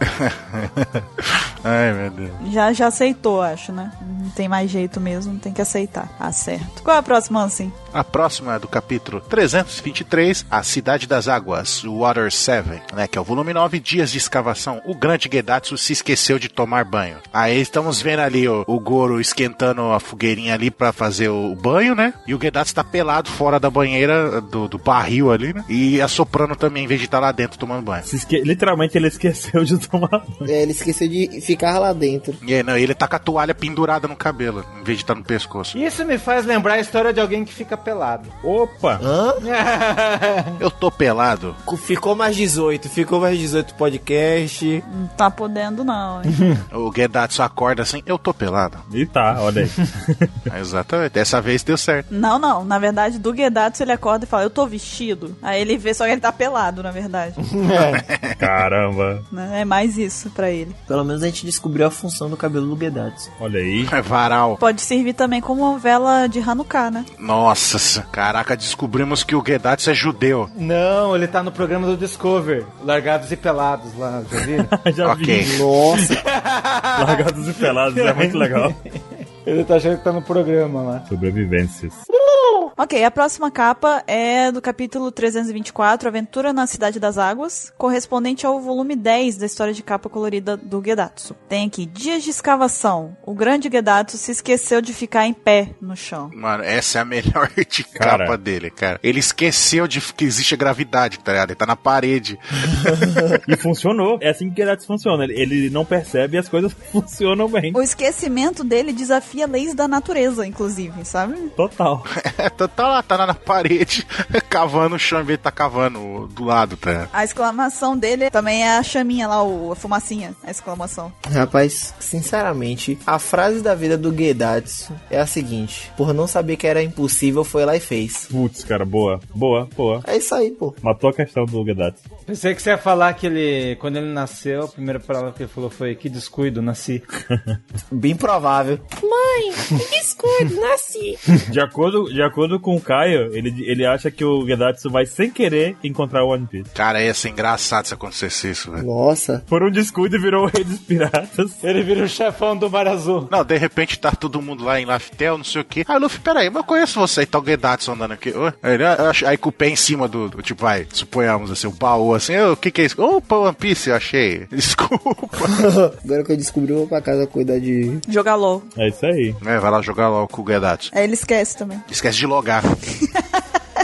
Speaker 5: Ai, meu Deus.
Speaker 3: Já, já aceitou, acho, né? Não tem mais jeito mesmo, tem que aceitar. Ah, certo. Qual é a próxima, assim?
Speaker 5: A próxima é do capítulo 323, A Cidade das Águas, Water 7, né, que é o volume 9, Dias de Escavação. O grande Gedatsu se esqueceu de tomar banho. Aí estamos vendo ali o, o Goro esquentando a fogueirinha ali pra fazer o banho, né? E o Gedatsu tá pelado fora da banheira, do, do barril ali, né? E assoprando também, em vez de estar lá dentro tomando banho.
Speaker 1: se esque- literalmente ele <laughs> esqueceu de tomar.
Speaker 10: É, ele esqueceu de ficar lá dentro.
Speaker 5: E aí, não, ele tá com a toalha pendurada no cabelo, em vez de estar no pescoço.
Speaker 4: Isso me faz lembrar a história de alguém que fica pelado. <laughs>
Speaker 1: Opa!
Speaker 2: Hã?
Speaker 5: Eu tô pelado.
Speaker 2: Ficou mais 18, ficou mais 18 podcast.
Speaker 3: Não tá podendo, não. hein?
Speaker 5: O Gedatsu acorda assim, eu tô pelado.
Speaker 1: E tá, olha aí.
Speaker 5: Exatamente, dessa vez deu certo.
Speaker 3: <laughs> não, não. Na verdade, do Guedatsu ele acorda e fala, eu tô vestido. Aí ele vê, só que ele tá pelado, na <laughs> verdade.
Speaker 1: Caramba,
Speaker 3: né? É mais isso pra ele.
Speaker 2: Pelo menos a gente descobriu a função do cabelo do Guedatsu.
Speaker 1: olha aí. <laughs>
Speaker 5: É varal.
Speaker 3: Pode servir também como vela de Hanukkah, né?
Speaker 5: Nossa, se- caraca, descobrimos que o Gedatsu é judeu.
Speaker 4: Não, ele tá no programa do Discover, Largados e Pelados lá, já viram?
Speaker 1: Já
Speaker 5: ok.
Speaker 1: vi.
Speaker 2: Nossa,
Speaker 1: Largados e pelados, é muito legal.
Speaker 4: ele tá achando que tá no programa lá.
Speaker 1: Sobrevivências.
Speaker 3: Ok, a próxima capa é do capítulo 324, Aventura na Cidade das Águas, correspondente ao volume 10 da história de capa colorida do Gedatsu. Tem aqui, dias de escavação. O grande Gedatsu se esqueceu de ficar em pé no chão.
Speaker 5: Mano, essa é a melhor <laughs> de
Speaker 1: Cara.
Speaker 5: capa dele, cara. Ele esqueceu de que existe a gravidade, tá ligado? Ele tá na parede. <laughs>
Speaker 1: E funcionou. É assim que Gedatsu funciona. Ele- Ele não percebe e as coisas <laughs> funcionam bem.
Speaker 3: O esquecimento dele desafia leis da natureza, inclusive, sabe?
Speaker 1: Total.
Speaker 5: É, tá Zelda tá lá, tá lá na parede, <laughs> cavando o chão em vez de tá cavando do lado, tá?
Speaker 3: A exclamação dele também é a chaminha lá, o, a fumacinha, a exclamação.
Speaker 10: Rapaz, sinceramente, a frase da vida do Gedatsu é a seguinte: por não saber que era impossível, foi lá e fez.
Speaker 1: Putz, cara, boa. Boa, boa.
Speaker 10: É isso aí, pô.
Speaker 1: Matou a questão do Gedatsu.
Speaker 4: Pensei que você ia falar que ele, quando ele nasceu, a primeira palavra que ele falou foi: que descuido, nasci.
Speaker 10: Bem provável.
Speaker 8: Mãe, que descuido, nasci.
Speaker 1: De acordo, de acordo com o Caio, ele, ele acha que o Gedatsu vai sem querer encontrar o One Piece.
Speaker 5: Cara, ia ser engraçado se acontecesse isso, velho.
Speaker 10: Nossa.
Speaker 1: Por um descuido virou <laughs> o rei dos piratas.
Speaker 4: Ele vira o chefão do Mar Azul.
Speaker 5: Não, de repente tá todo mundo lá em Laftel, não sei o quê. Aí Luffy, peraí, mas eu conheço você e tá o Gedatsu andando aqui. Ô, Aí, ele, ah, eu acho- aí com o pé em cima do, do- tipo, vai, suponhamos assim, o baú assim, "Ô, o que que é isso? Opa, One Piece, eu achei. <laughs> Desculpa.
Speaker 11: Agora que eu descobri, eu vou pra casa cuidar de.
Speaker 3: Jogar LOL.
Speaker 1: É isso aí.
Speaker 5: É, vai lá jogar logo com o Gedatsu.
Speaker 3: Aí É, ele esquece também.
Speaker 5: Esquece de logar.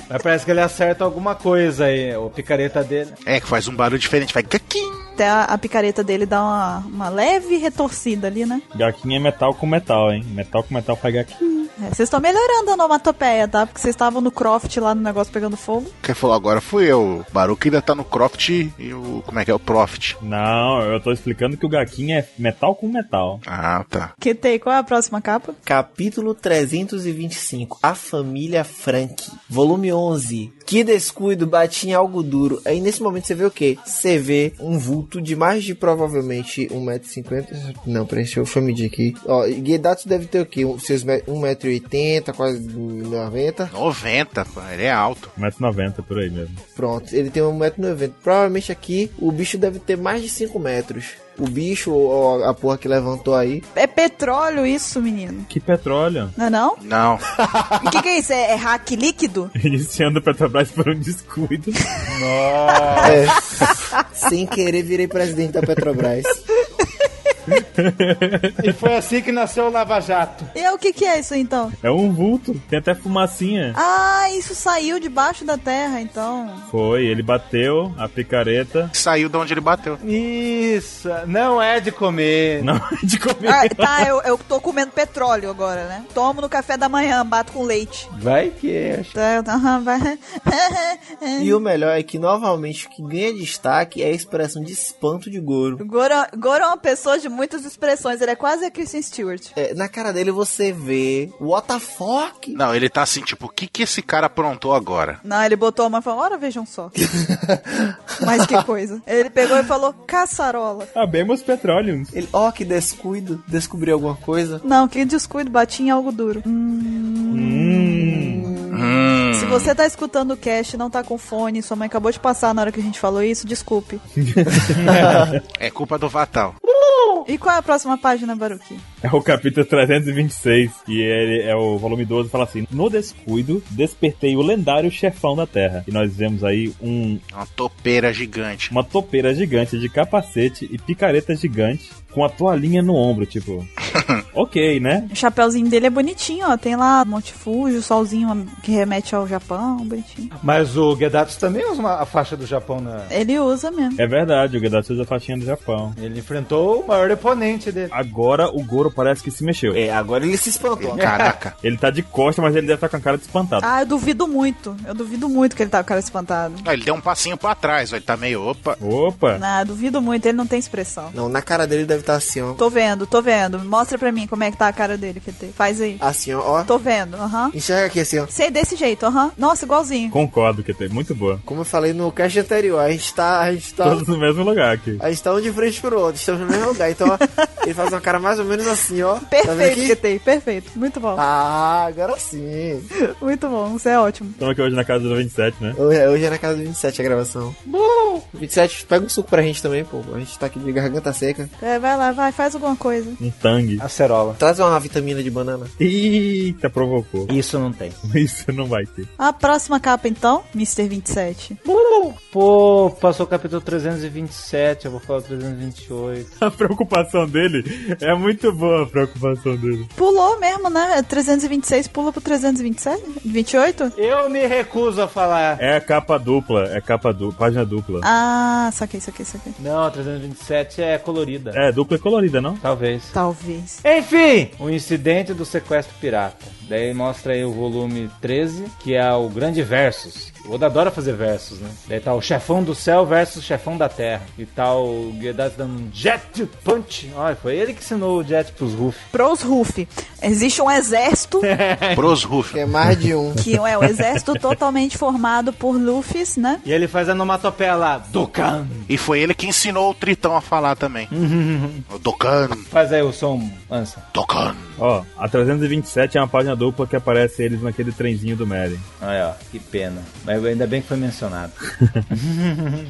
Speaker 4: Mas parece que ele acerta alguma coisa aí, o picareta dele.
Speaker 5: É, que faz um barulho diferente, vai gaquim.
Speaker 3: Até a, a picareta dele dá uma, uma leve retorcida ali, né?
Speaker 1: Gaquinha é metal com metal, hein? Metal com metal faz gaquinha.
Speaker 3: É, Vocês estão melhorando a onomatopeia, tá? Porque vocês estavam no croft lá no negócio pegando fogo.
Speaker 5: Quem falou agora fui eu. O Baruque ainda tá no Croft e o. Como é que é? O Profit.
Speaker 1: Não, eu tô explicando que o Gaquinha é metal com metal.
Speaker 5: Ah, tá.
Speaker 3: Ketei, qual é a próxima capa?
Speaker 10: Capítulo 325 A Família Frank Volume 11 Que descuido, bati em algo duro Aí nesse momento você vê o quê? Você vê um vulto de mais de provavelmente 1,50m Não, peraí, deixa eu deixa eu medir aqui Ó, Gedatsu deve ter o quê? Um- Seus me- 1,80m, quase 90
Speaker 5: 90, pô, ele é alto.
Speaker 1: 1,90m por aí mesmo.
Speaker 10: Pronto, ele tem 1,90m Provavelmente aqui o bicho deve ter mais de 5 metros O bicho, ou a porra que levantou aí
Speaker 3: É petróleo isso, menino.
Speaker 1: Que petróleo. <laughs>
Speaker 3: Não é não?
Speaker 5: Não.
Speaker 3: O que, que é isso? É, é hack líquido?
Speaker 1: Iniciando o Petrobras por um descuido.
Speaker 10: É. Sem querer virei presidente da Petrobras
Speaker 4: E foi assim que nasceu o Lava Jato.
Speaker 3: E é, o que, que é isso então?
Speaker 1: É um vulto. Tem até fumacinha.
Speaker 3: Ah, isso saiu debaixo da terra, então.
Speaker 1: Foi, ele bateu a picareta. <laughs>
Speaker 5: Saiu de onde ele bateu.
Speaker 4: Isso, não é de comer.
Speaker 1: Não, de comer.
Speaker 3: Ah, tá, eu, eu tô comendo petróleo agora, né? Tomo no café da manhã, bato com leite.
Speaker 4: Vai que é.
Speaker 3: Tá, eu- aham, vai. <laughs>
Speaker 10: E o melhor é que, novamente, o que ganha destaque é a expressão de espanto de Goro.
Speaker 3: O Goro, Goro é uma pessoa de muitas expressões, ele é quase a Kristen Stewart.
Speaker 10: É, na cara dele você vê what the fuck?
Speaker 5: Não, ele tá assim, tipo, o que que esse cara aprontou agora?
Speaker 3: Não, ele botou a mão e falou, ora, vejam só. Mas que coisa. Ele pegou e falou, caçarola.
Speaker 1: Sabemos petróleo.
Speaker 10: Ele, ó, que descuido, descobriu alguma coisa.
Speaker 3: Não, que descuido, bati em algo duro. Hum.
Speaker 5: Hum.
Speaker 3: Se você tá escutando o cast e não tá com fone, sua mãe acabou de passar na hora que a gente falou isso, desculpe.
Speaker 5: É culpa do Vatal.
Speaker 3: E qual é a próxima página, Baruki?
Speaker 1: É o capítulo 326. E ele é o volume 12 fala assim: No descuido, despertei o lendário chefão da terra. E nós vemos aí um,
Speaker 5: É Uma topeira gigante.
Speaker 1: uma topeira gigante de capacete e picareta gigante com a toalhinha no ombro, tipo. ok, né?
Speaker 3: O chapéuzinho dele é bonitinho, ó. Tem lá Monte Fuji, o solzinho que remete ao Japão, bonitinho.
Speaker 4: Mas o Gedatsu também usa uma- a faixa do Japão na.
Speaker 3: Ele usa mesmo.
Speaker 1: É verdade, o Gedatsu usa a faixinha do Japão.
Speaker 4: Ele enfrentou o maior oponente dele.
Speaker 1: Agora o Goro parece que se mexeu.
Speaker 10: É, agora ele se espantou.
Speaker 1: <laughs>
Speaker 5: Caraca.
Speaker 1: Ele tá de costa, mas ele deve estar com a cara de espantado.
Speaker 3: Ah, eu duvido muito. Eu duvido muito que ele tá com o cara espantado.
Speaker 5: Não, ele deu um passinho pra trás, ó, ele tá meio, opa.
Speaker 1: Opa!
Speaker 3: Ah, duvido muito, ele não tem expressão.
Speaker 10: Não, na cara dele deve estar assim, ó.
Speaker 3: Tô vendo, tô vendo. Mostra pra mim como é que tá a cara dele, QT. Faz aí.
Speaker 10: Assim, ó, ó.
Speaker 3: Tô vendo, aham.
Speaker 10: Enxerga aqui assim, ó.
Speaker 3: Sei desse jeito, aham. Nossa, igualzinho.
Speaker 1: Concordo, QT. Muito boa.
Speaker 10: Como eu falei no cast anterior, a gente tá. A gente tá.
Speaker 1: Todos no mesmo lugar aqui.
Speaker 10: A gente tá um de frente pro outro, estamos no mesmo lugar. Então, ó, ele faz uma cara mais ou menos assim, ó. Tá vendo
Speaker 3: Perfeito,
Speaker 10: aqui?
Speaker 3: QT, perfeito. Muito bom.
Speaker 10: Ah, agora sim.
Speaker 3: Muito bom, você é ótimo.
Speaker 1: Estamos aqui hoje na casa do 27, né?
Speaker 10: Hoje é, hoje é na casa do 27 a gravação. 27, pega um suco pra gente também, pô. A gente tá aqui de garganta seca.
Speaker 3: É, vai lá, vai, faz alguma coisa.
Speaker 1: Um tangue.
Speaker 4: Acerola.
Speaker 10: Traz uma vitamina de banana.
Speaker 1: Eita, provocou. <laughs>
Speaker 4: Isso não tem.
Speaker 1: Isso não vai ter.
Speaker 3: A próxima capa, então, Mr. 27.
Speaker 4: Pô, passou o capítulo 327, eu vou falar 328.
Speaker 1: A preocupação dele é muito boa a preocupação dele.
Speaker 3: Pulou mesmo, né? 326 pula pro 327? 28?
Speaker 4: Eu me recuso a falar.
Speaker 1: É a capa dupla, é capa dupla, página dupla.
Speaker 3: Ah, saquei, saquei, saquei.
Speaker 4: Não, 327 é colorida.
Speaker 1: É, dupla e colorida, não?
Speaker 4: Talvez.
Speaker 3: Talvez.
Speaker 4: Enfim, o incidente do sequestro pirata. Daí mostra aí o volume 13, que é o grande versus. O Oda adora fazer versos, né? Daí tá o chefão do céu versus o chefão da terra. E tá o Gedatsu dando um jet punch. Olha, foi ele que ensinou o jet pros Ruff.
Speaker 3: Pros Ruff. Existe um
Speaker 10: <laughs>
Speaker 3: exército.
Speaker 5: Pros Ruff.
Speaker 10: É mais de um.
Speaker 3: Que é um exército totalmente formado por Luffys, né?
Speaker 4: E ele faz a onomatopeia lá, Dokkan.
Speaker 5: E foi ele que ensinou o Tritão a falar também. o Dokkan.
Speaker 4: Faz aí o som, Ansa.
Speaker 5: Dokkan.
Speaker 1: Ó, a 327 é uma página dupla que aparece eles naquele trenzinho do Merry.
Speaker 4: Olha, ó, que pena. Mas ainda bem que foi mencionado.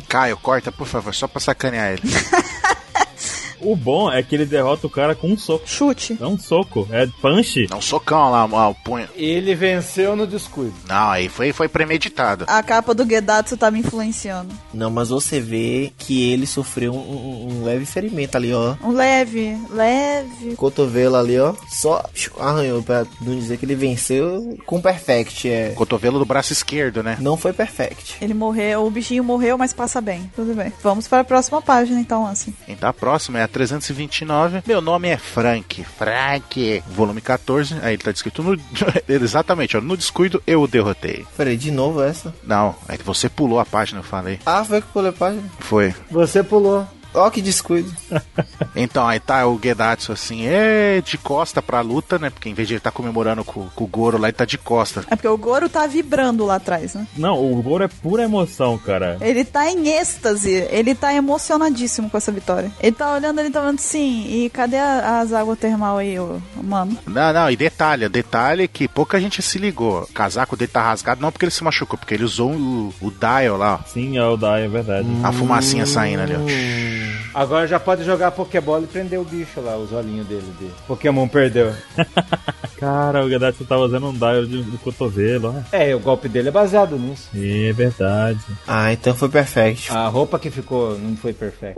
Speaker 5: Caio, corta, por favor, só pra sacanear ele.
Speaker 1: O bom é que ele derrota o cara com um soco.
Speaker 3: Chute.
Speaker 1: É um soco, é punch.
Speaker 5: Dá um socão lá, ó, o punho.
Speaker 4: ele venceu no descuido.
Speaker 5: Não, aí foi, foi premeditado.
Speaker 3: A capa do Gedatsu tá me influenciando.
Speaker 10: Não, mas você vê que ele sofreu um, um- um leve ferimento ali, ó.
Speaker 3: Um leve, leve.
Speaker 10: Cotovelo ali, ó. Só arranhou pra não dizer que ele venceu com perfect. É.
Speaker 5: Cotovelo do braço esquerdo, né?
Speaker 10: Não foi perfect.
Speaker 3: Ele morreu, o bichinho morreu, mas passa bem. Tudo bem. Vamos para a próxima página, então, assim.
Speaker 5: Então a próxima é a 329. Meu nome é Frank. Frank. Volume 14. Aí ele tá descrito no... <laughs> Exatamente, ó. No descuido eu o derrotei.
Speaker 10: Peraí, de novo essa?
Speaker 5: Não, é que você pulou a página, eu falei.
Speaker 10: Ah, foi que pulei a página.
Speaker 5: Foi.
Speaker 4: Você pulou.
Speaker 10: Ó, que descuido.
Speaker 5: Então, aí tá o Gedatsu assim, é de costa pra luta, né? Porque em vez de ele tá comemorando com, com o Goro lá, ele tá de costa.
Speaker 3: É porque o Goro tá vibrando lá atrás, né?
Speaker 1: Não, o Goro é pura emoção, cara.
Speaker 3: Ele tá em êxtase, ele tá emocionadíssimo com essa vitória. Ele tá olhando, ele tá falando assim, e cadê a- as águas termal aí, ô, mano?
Speaker 5: Não, não, e detalhe, detalhe que pouca gente se ligou. O casaco dele tá rasgado, não porque ele se machucou, porque ele usou o, o dial lá, ó.
Speaker 1: Sim, é o Dai, é verdade.
Speaker 5: A fumacinha saindo ali, ó.
Speaker 4: Agora já pode jogar Pokébola e prender o bicho lá, os olhinhos dele. De... Pokémon perdeu.
Speaker 1: Cara, o Gedatsu tá usando um Dai de, de cotovelo, ó.
Speaker 4: É, o golpe dele é baseado nisso.
Speaker 1: É verdade.
Speaker 10: Ah, então foi perfect.
Speaker 4: A roupa que ficou não foi perfeita.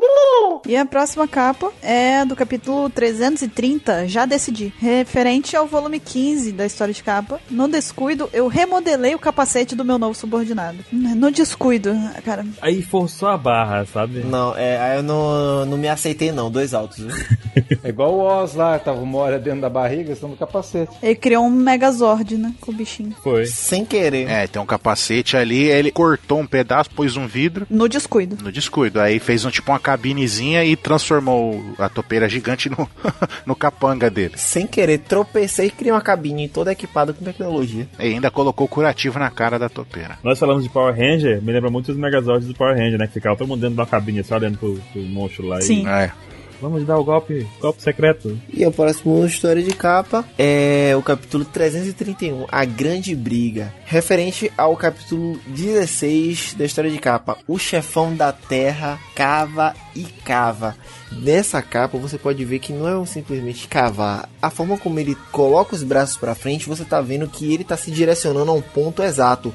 Speaker 3: E a próxima capa é do capítulo 330, já decidi. Referente ao volume 15 da história de capa. No descuido, eu remodelei o capacete do meu novo subordinado. No descuido, cara.
Speaker 1: Aí forçou a barra, sabe?
Speaker 10: Não, é, aí eu não, não me aceitei, não. Dois altos, viu?
Speaker 4: É igual o Oz lá, tava uma hora dentro da barriga, estão no capacete.
Speaker 3: Ele criou um Megazord, né? Com o bichinho.
Speaker 1: Foi.
Speaker 10: Sem querer.
Speaker 5: É, tem um capacete ali, ele cortou um pedaço, pôs um vidro.
Speaker 3: No descuido.
Speaker 5: No descuido, aí fez um tipo uma cabinezinha e transformou a topeira gigante no, <laughs> no capanga dele.
Speaker 10: Sem querer, tropecei e criei uma cabine toda equipada com tecnologia.
Speaker 5: E ainda colocou curativo na cara da topeira.
Speaker 1: Nós falamos de Power Ranger, me lembra muito os Megazords do Power Ranger, né? Que ficava todo mundo dentro da cabine, só olhando pro, pro monstro lá. e-
Speaker 3: Sim.
Speaker 5: É.
Speaker 1: Vamos dar o golpe, golpe secreto.
Speaker 10: E a próxima história de capa é o capítulo 331, A Grande Briga. Referente ao capítulo 16 da história de capa, O Chefão da Terra Cava e Cava. Nessa capa você pode ver que não é um simplesmente cavar. A forma como ele coloca os braços pra frente, você tá vendo que ele tá se direcionando a um ponto exato.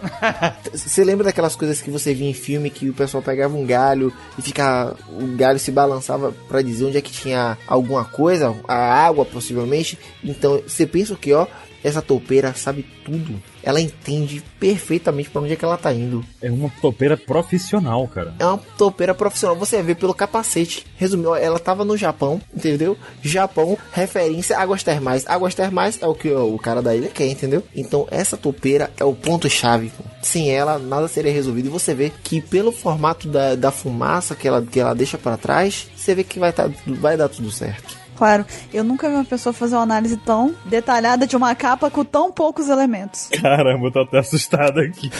Speaker 10: Você lembra daquelas coisas que você via em filme que o pessoal pegava um galho e ficava. O galho se balançava pra dizer onde é que tinha alguma coisa, a água possivelmente. Então você pensa que, ó, essa toupeira sabe tudo. Ela entende perfeitamente pra onde é que ela tá indo.
Speaker 1: É uma topeira profissional, cara.
Speaker 10: É uma toupeira profissional, você vê pelo capacete. Resumiu, ela tava no Japão, entendeu? Japão, referência águas termais. Águas termais é o que o cara da ilha quer, entendeu? Então essa toupeira é o ponto-chave. pô. Sem ela, nada seria resolvido. E você vê que pelo formato da, da fumaça que ela, que ela deixa pra trás, você vê que vai, tá, vai dar tudo certo.
Speaker 3: Claro, eu nunca vi uma pessoa fazer uma análise tão detalhada de uma capa com tão poucos elementos.
Speaker 1: Caramba, eu tô até assustado aqui.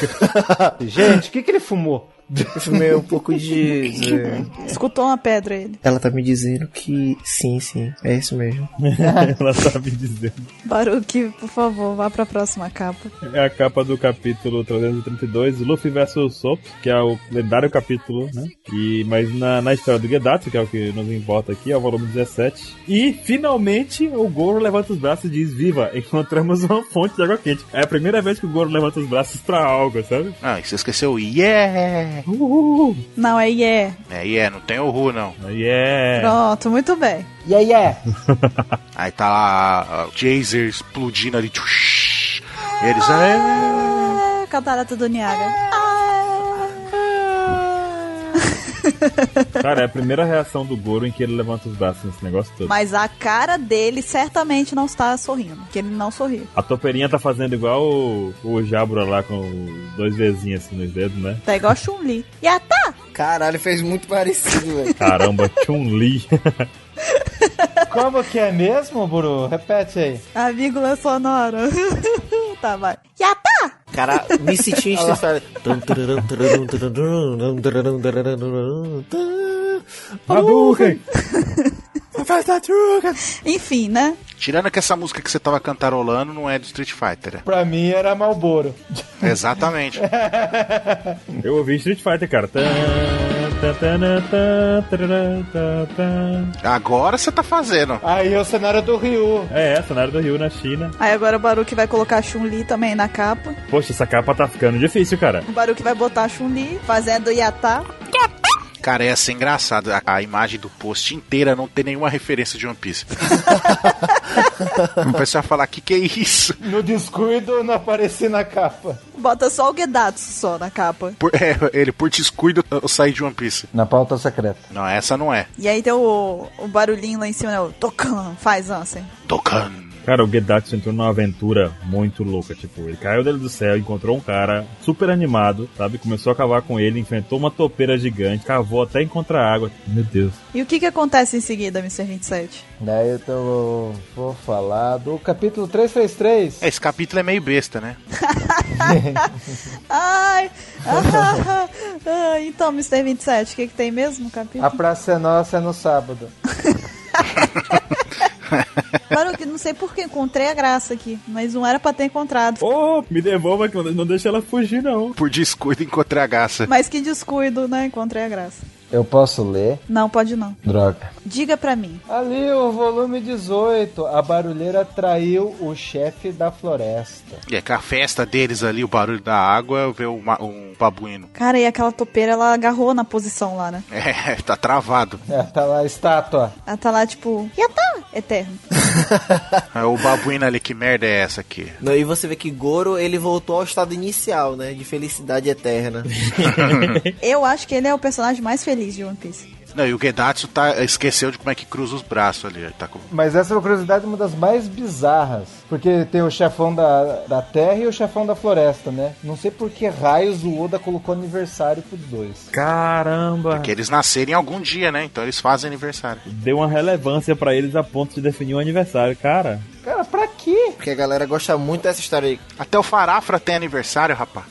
Speaker 4: Gente, o que que ele fumou?
Speaker 10: Eu fumei um pouco <laughs> de... de-
Speaker 3: Escutou uma pedra ele.
Speaker 10: Ela tá me dizendo que sim, sim, é isso mesmo.
Speaker 1: <laughs> Ela sabe dizer.
Speaker 3: Baruque, por favor, vá pra próxima capa.
Speaker 1: É a capa do capítulo 332, Luffy vs Sop, que é o lendário capítulo, né? E, mas na, na história do Gedatsu, que é o que nos importa aqui, é o volume 17. E, finalmente, o Goro levanta os braços e diz, viva, encontramos uma fonte de água quente. É a primeira vez que o Goro levanta os braços pra algo, sabe?
Speaker 5: Ah, e você esqueceu o yeah!
Speaker 1: Uhul!
Speaker 3: Não, é yeah.
Speaker 5: É, yeah, não tem o Ru, não.
Speaker 1: Yeah!
Speaker 3: Pronto, muito bem.
Speaker 4: E aí é?
Speaker 5: Aí tá lá o Jazer explodindo ali. tchush. Eles. É...
Speaker 3: É, Catarata do Niaga. Ah.
Speaker 1: Cara, é a primeira reação do Goro em que ele levanta os braços nesse negócio todo.
Speaker 3: Mas a cara dele certamente não está sorrindo, que ele não sorriu.
Speaker 1: A topeirinha tá fazendo igual o, o Jabra lá com dois vezinhos assim nos dedos, né?
Speaker 3: Tá igual a Chun-Li. E a tá?
Speaker 2: Caralho, fez muito parecido, velho.
Speaker 1: Caramba, <laughs> Chun-Li.
Speaker 4: Como que é mesmo, Buru? Repete aí.
Speaker 3: A vírgula sonora. <laughs> tá, vai. E a tá?
Speaker 2: Cara, me senti instrutado.
Speaker 4: Hadouken!
Speaker 3: Enfim, né?
Speaker 5: Tirando que essa música que você tava cantarolando não é do Street Fighter.
Speaker 4: Pra mim era Malboro.
Speaker 5: né? Exatamente.
Speaker 1: Eu ouvi Street Fighter, cara. Tã, tã, tã, nã, tã, tararã, tã, tã.
Speaker 5: Agora você tá fazendo.
Speaker 4: Aí é o cenário do Ryu.
Speaker 1: É, é, cenário do Rio na China.
Speaker 3: Aí agora o Baruque vai colocar a Chun-Li também na capa.
Speaker 1: Poxa, essa capa tá ficando difícil, cara.
Speaker 3: O Baruque vai botar a Chun-Li fazendo Yatá.
Speaker 5: Cara, ia ser engraçado a, a imagem do post inteira não ter nenhuma referência de One Piece. o pessoal ia falar, que que é isso?
Speaker 4: No descuido não apareci na capa.
Speaker 3: Bota só o Gedatsu só na capa.
Speaker 5: Por- é, ele, por descuido, eu saí de One Piece.
Speaker 4: Na pauta secreta.
Speaker 5: Não, essa não é.
Speaker 3: E aí tem o, o barulhinho lá em cima, né? O Tocan, faz assim.
Speaker 5: Dokkan.
Speaker 1: Cara, o Gedatsu entrou numa é aventura muito louca, tipo, ele caiu dele do céu, encontrou um cara super animado, sabe? Começou a cavar com ele, enfrentou uma topeira gigante, cavou até encontrar água. Meu Deus.
Speaker 3: E o que que acontece em seguida, Mr. 27?
Speaker 4: Daí eu tô- vou falar do capítulo 333.
Speaker 5: É, Esse capítulo é meio besta, né?
Speaker 3: Ai! <laughs> ah, ah, ah, então, Mr. 27, o que que tem mesmo no capítulo?
Speaker 4: A praça é nossa é no sábado.
Speaker 3: Baruque, não sei por que encontrei a graça aqui, mas não era pra ter encontrado.
Speaker 1: Oh, me devolva que eu não deixa ela fugir, não.
Speaker 5: Por descuido, encontrei a graça.
Speaker 3: Mas que descuido, né? Encontrei a graça.
Speaker 4: Eu posso ler?
Speaker 3: Não, pode não.
Speaker 4: Droga.
Speaker 3: Diga pra mim.
Speaker 4: Ali, o volume 18. A barulheira traiu o chefe da floresta.
Speaker 5: E é que a festa deles ali, o barulho da água, vê uma- um babuíno. <laughs>
Speaker 3: Cara, e aquela topeira, ela agarrou na posição lá, né?
Speaker 5: É, tá travado.
Speaker 4: É, tá lá a estátua.
Speaker 3: Ela tá lá, tipo, Yatá! Eterno.
Speaker 5: É, o babuíno ali, que merda é essa aqui?
Speaker 2: Não, e você vê que Goro, ele voltou ao estado inicial, né? De felicidade eterna.
Speaker 3: Eu acho que ele é o personagem mais feliz de One Piece.
Speaker 5: Não, e o Gedatsu tá, esqueceu de como é que cruza os braços ali. Ele tá com-
Speaker 4: Mas essa é uma curiosidade uma das mais bizarras. Porque tem o chefão da, da terra e o chefão da floresta, né? Não sei por que raios o Oda colocou aniversário pros dois.
Speaker 1: Caramba.
Speaker 5: Porque eles nascerem algum dia, né? Então eles fazem aniversário.
Speaker 1: Deu uma relevância pra eles a ponto de definir um aniversário, cara.
Speaker 4: Cara, pra quê?
Speaker 2: Porque a galera gosta muito dessa história aí.
Speaker 5: Até o Farafra tem aniversário, rapaz.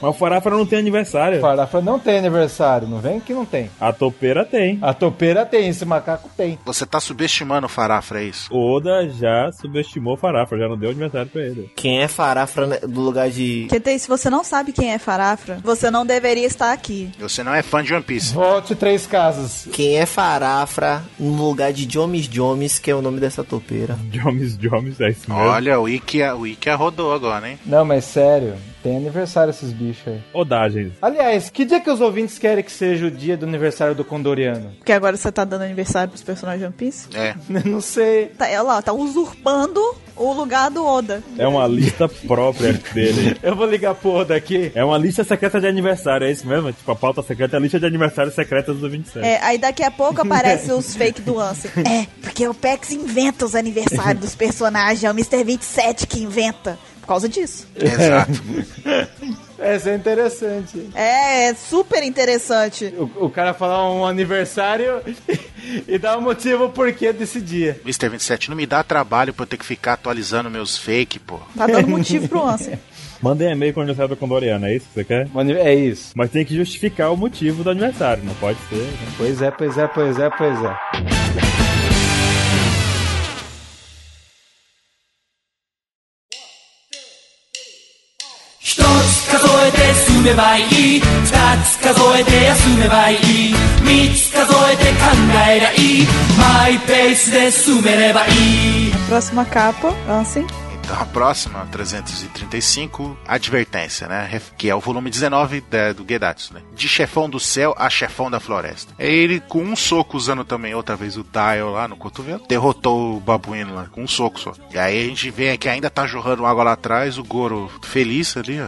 Speaker 1: Mas o Farafra não tem aniversário.
Speaker 4: Farofa não tem aniversário, não vem que não tem.
Speaker 1: A topeira tem.
Speaker 4: A topeira tem, esse macaco tem.
Speaker 5: Você tá subestimando o Farafra, é isso?
Speaker 1: O Oda já subestimou o Farafra, já não deu aniversário pra ele. <laughs>
Speaker 2: Quem é farafra né, do lugar de...
Speaker 3: Porque tem- se você não sabe quem é Farafra, você não deveria estar aqui.
Speaker 5: Você não é fã de One Piece.
Speaker 4: Volte três casas.
Speaker 2: Quem é farafra no lugar de Jomes Jomes, que é o nome dessa topeira.
Speaker 1: Jomes Jomes, é isso mesmo.
Speaker 5: Olha, o Ikea, o Ikea rodou agora, hein?
Speaker 4: Não, mas sério, tem aniversário esses bichos aí.
Speaker 1: Odagens.
Speaker 4: Aliás, que dia que os ouvintes querem que seja o dia do aniversário do Condoriano? <laughs>
Speaker 3: Porque agora você tá dando aniversário pros personagens de One Piece.
Speaker 5: É.
Speaker 4: não sei.
Speaker 3: Tá, ela ó, tá usurpando o lugar do Oda.
Speaker 1: É uma lista própria dele.
Speaker 4: Eu vou ligar porra daqui.
Speaker 1: É uma lista secreta de aniversário, é isso mesmo? Tipo, a pauta secreta é a lista de aniversários secretas do 27.
Speaker 3: É, aí daqui a pouco aparece os fake do Ansem. É, porque o Pex inventa os aniversários dos personagens, é o Mr. 27 que inventa. Por causa disso.
Speaker 5: Exato.
Speaker 4: Essa é interessante.
Speaker 3: É, é super interessante.
Speaker 4: O, o cara falar um aniversário <laughs> e dar um motivo porquê desse dia.
Speaker 5: Mr. 27, não me dá trabalho pra eu ter que ficar atualizando meus fake, pô.
Speaker 3: Tá dando motivo pro Ansem.
Speaker 1: Mandem um e-mail com o aniversário do Condoriano, é isso que você quer?
Speaker 4: É isso.
Speaker 1: Mas tem que justificar o motivo do aniversário, não pode ser. né?
Speaker 4: Pois é, pois é, pois é, pois é.
Speaker 3: Próxima capa, Ansem.
Speaker 5: Então Então a próxima, 335, Advertência, né? Ref- Que é o volume 19 da- do Gedatsu, né? De chefão do céu a chefão da floresta. É ele com um soco usando também outra vez o Dial lá no cotovelo. Derrotou o babuíno lá, com um soco só. E aí a gente vê que ainda tá jorrando água lá atrás, o Goro feliz ali, ó.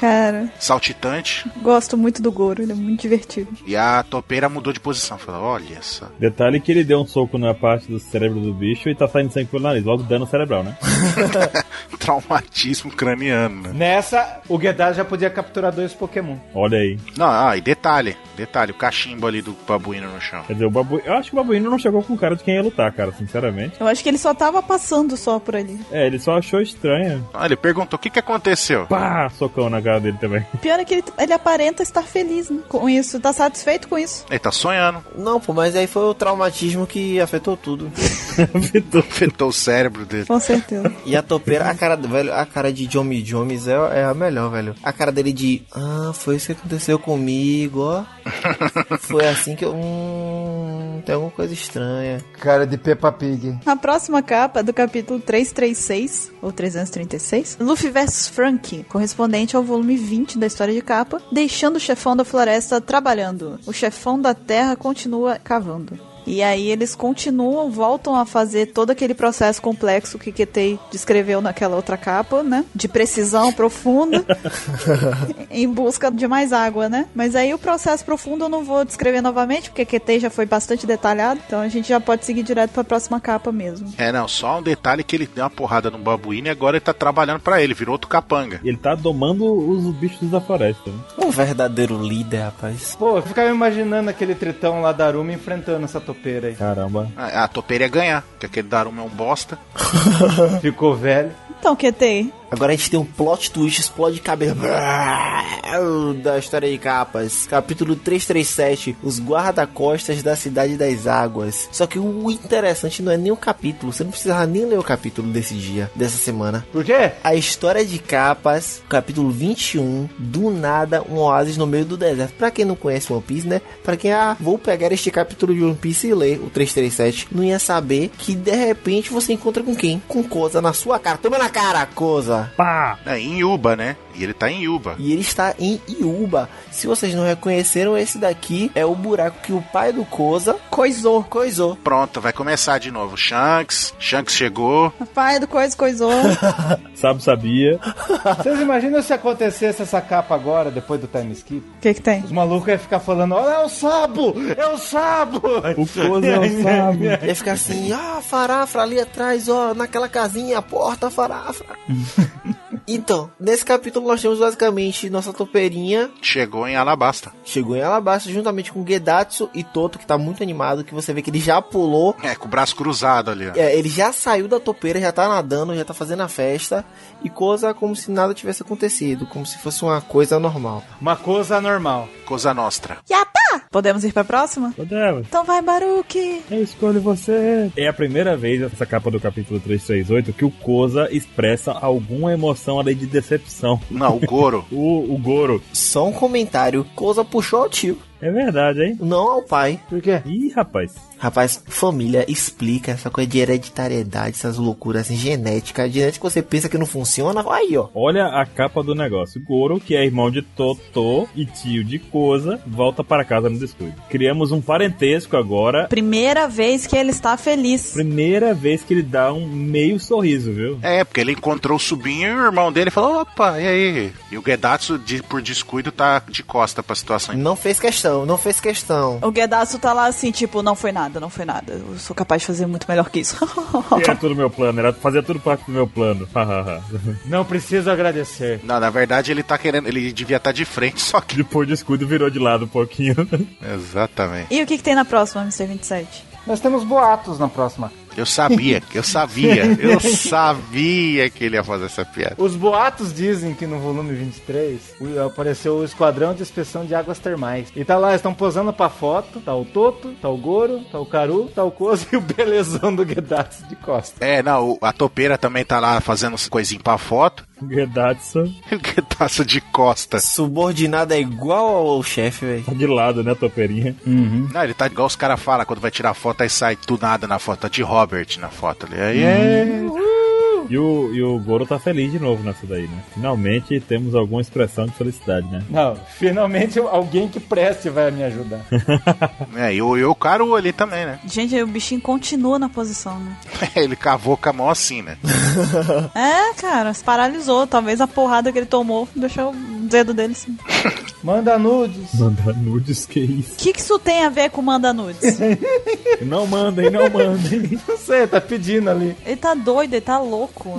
Speaker 3: Cara,
Speaker 5: Saltitante.
Speaker 3: gosto muito do Goro, ele é muito divertido.
Speaker 5: E a topeira mudou de posição. Falou, olha só. <laughs>
Speaker 1: Detalhe que ele deu um soco na parte do cérebro do bicho e tá saindo sangue pelo nariz, logo dano cerebral, né?
Speaker 5: Traumatismo craniano, né?
Speaker 4: Nessa, o Guedas já podia capturar dois Pokémon.
Speaker 1: Olha aí.
Speaker 5: Não, ah, e detalhe, detalhe, o cachimbo ali do babuíno no chão.
Speaker 1: Quer dizer, o babu... eu acho que o babuíno não chegou com cara de quem ia lutar, cara, sinceramente.
Speaker 3: Eu acho que ele só tava passando só por ali.
Speaker 1: É, ele só achou estranho.
Speaker 5: Ah, ele perguntou o que, que aconteceu.
Speaker 1: Pá, socão na cara dele também.
Speaker 3: Pior é que ele, ele aparenta estar feliz né, com isso, tá satisfeito com isso.
Speaker 5: Ele tá <laughs> sonhando.
Speaker 2: Não, pô, mas aí foi o traumatismo que afetou tudo.
Speaker 1: afetou.
Speaker 5: afetou o cérebro dele.
Speaker 3: Com certeza.
Speaker 2: E a topeira, a cara, do- velho, a cara de Jomi Jomes é, é a melhor, velho. A cara dele de, ah, foi isso que aconteceu comigo, ó. Foi assim que eu, hum, tem alguma coisa estranha.
Speaker 4: Cara de Peppa Pig.
Speaker 3: <laughs> A próxima capa é do capítulo 336, ou 336, Luffy vs Frank, correspondente ao volume 20 da história de capa, deixando o chefão da floresta trabalhando. O chefão da terra continua cavando. E aí eles continuam, voltam a fazer todo aquele processo complexo que Ketei descreveu naquela outra capa, né? De precisão profunda em busca de mais água, né? Mas aí o processo profundo eu não vou descrever novamente, porque QT já foi bastante detalhado, então a gente já pode seguir direto pra próxima capa mesmo.
Speaker 5: É, não, só um detalhe que ele deu uma porrada num babuíno e agora ele tá trabalhando pra ele, virou outro capanga.
Speaker 1: Ele tá domando os bichos da floresta, né?
Speaker 2: Um verdadeiro líder, rapaz.
Speaker 4: Pô, eu ficava imaginando aquele tritão lá da Aruma enfrentando essa topeira aí.
Speaker 1: Caramba.
Speaker 5: Ah, A, a topeira ia ganhar, porque aquele Daruma é um bosta.
Speaker 4: Ficou velho.
Speaker 3: Então, QT,
Speaker 2: Agora a gente tem um plot twist, explode cabeça <laughs> da história de capas. Capítulo 337, os guarda-costas da Cidade das Águas. Só que o interessante não é nem o capítulo, você não precisava nem ler o capítulo desse dia, dessa semana.
Speaker 4: Por quê?
Speaker 2: A história de capas, capítulo 21, do nada, um oásis no meio do deserto. Pra quem não conhece One Piece, né? Pra quem, ah, vou pegar este capítulo de One Piece e ler o 337, não ia saber que de repente você encontra com quem? Com Koza na sua cara. Toma na cara, Koza!
Speaker 1: Pá!
Speaker 5: É, em Yuba, né? E ele tá em Yuba.
Speaker 2: E ele está em Iuba. Se vocês não reconheceram, esse daqui é o buraco que o pai do <laughs> Koza coisou, coisou.
Speaker 5: Pronto, vai começar de novo. Shanks, Shanks chegou.
Speaker 3: pai do coisa coisou.
Speaker 1: Sabe, sabia.
Speaker 4: Vocês imaginam se acontecesse essa capa agora, depois do time skip?
Speaker 3: o que que tem?
Speaker 4: Os malucos iam ficar falando, olha, é o sabo! É o é sabo!
Speaker 1: O
Speaker 4: <laughs>
Speaker 1: Koza <laughs>
Speaker 4: um
Speaker 1: sabe.
Speaker 2: Ia ficar assim, ah, farafra ali atrás, ó, naquela casinha, a porta, farafra. então, nesse capítulo nós temos basicamente nossa topeirinha
Speaker 5: Chegou em Alabasta.
Speaker 2: chegou em Alabasta juntamente com Gedatsu e Toto, que tá muito animado, que você vê que ele já pulou
Speaker 5: É, com o braço cruzado ali, ó.
Speaker 2: É, ele já saiu da topeira, já tá nadando, já tá fazendo a festa e coisa como se nada tivesse acontecido, como se fosse uma coisa normal.
Speaker 4: Uma coisa normal.
Speaker 5: Coisa Nostra.
Speaker 3: Ah, Podemos ir pra próxima?
Speaker 1: Podemos.
Speaker 3: Então vai, Baruque!
Speaker 1: Eu escolho você. É a primeira vez essa capa do capítulo 338 que o Koza expressa alguma emoção além de decepção.
Speaker 5: Não, o Goro. <laughs>
Speaker 1: O, o Goro.
Speaker 2: Só um comentário, coisa puxou ao tio,
Speaker 1: É verdade, hein?
Speaker 2: não ao pai.
Speaker 4: Por quê?
Speaker 1: Ih, rapaz.
Speaker 2: Rapaz, família explica essa coisa de hereditariedade, essas loucuras assim, genética, genética que você pensa que não funciona, aí ó.
Speaker 1: Olha a capa do negócio. Goro, que é irmão de Totô e tio de Koza, volta para casa no descuido. Criamos um parentesco agora.
Speaker 3: Primeira vez que ele está feliz.
Speaker 1: Primeira vez que ele dá um meio sorriso, viu?
Speaker 5: É, porque ele encontrou o sobrinho e o irmão dele falou: opa, e aí? E o Gedatsu, de- por descuido, tá de costa pra situação.
Speaker 2: Não fez questão, não fez questão.
Speaker 3: O Guedaço tá lá assim, tipo, não foi nada, não foi nada. Eu sou capaz de fazer muito melhor que isso. <laughs>
Speaker 1: Era é tudo meu plano, era fazer tudo parte do meu plano.
Speaker 4: Não preciso agradecer.
Speaker 5: Não, na verdade ele tá querendo. Ele devia estar de frente, <laughs> só
Speaker 1: <laughs>
Speaker 5: que.
Speaker 1: Depois do escudo virou de lado um pouquinho. <laughs>
Speaker 5: Exatamente.
Speaker 3: e o que, que tem na próxima, MC 27?
Speaker 4: Nós temos boatos na próxima.
Speaker 5: Eu sabia, eu sabia, eu sabia que ele ia fazer essa piada.
Speaker 4: Os boatos dizem que no volume 23 o- apareceu o esquadrão de inspeção de águas termais. E tá lá, estão posando pra foto. Tá o Toto, tá o Goro, tá o Caru, tá o Kozo <laughs> e o belezão do Gedatsu de costa.
Speaker 5: É, não, o- a topeira também tá lá fazendo as coisinhas pra foto.
Speaker 1: Gedatsu
Speaker 5: E o <laughs> Gedatsu de costa.
Speaker 2: Subordinado é igual ao chefe, velho.
Speaker 1: tá de lado, né, topeirinha?
Speaker 5: Não, ele tá igual os caras é, falam, quando vai tirar foto, aí sai do nada na foto, tá de Robert na foto ali. Aí
Speaker 1: E o, e o Goro tá feliz de novo nessa daí, né? Finalmente temos alguma expressão de felicidade, né?
Speaker 4: Não, finalmente alguém que preste vai me ajudar.
Speaker 5: É, e o Yokaru ali também, né? <laughs>
Speaker 3: Gente, aí o bichinho continua na posição, né?
Speaker 5: Ele cavou com a mão assim, né?
Speaker 3: É, cara, se paralisou. Talvez a porrada que ele tomou deixou o dedo dele assim.
Speaker 4: Manda nudes. <laughs>
Speaker 1: Mandar nudes, que isso?
Speaker 3: O que, que isso tem a ver com manda nudes?
Speaker 1: Não mandem, não mandem. <laughs>
Speaker 4: Não sei, tá pedindo ali.
Speaker 3: Ele tá doido, ele tá louco.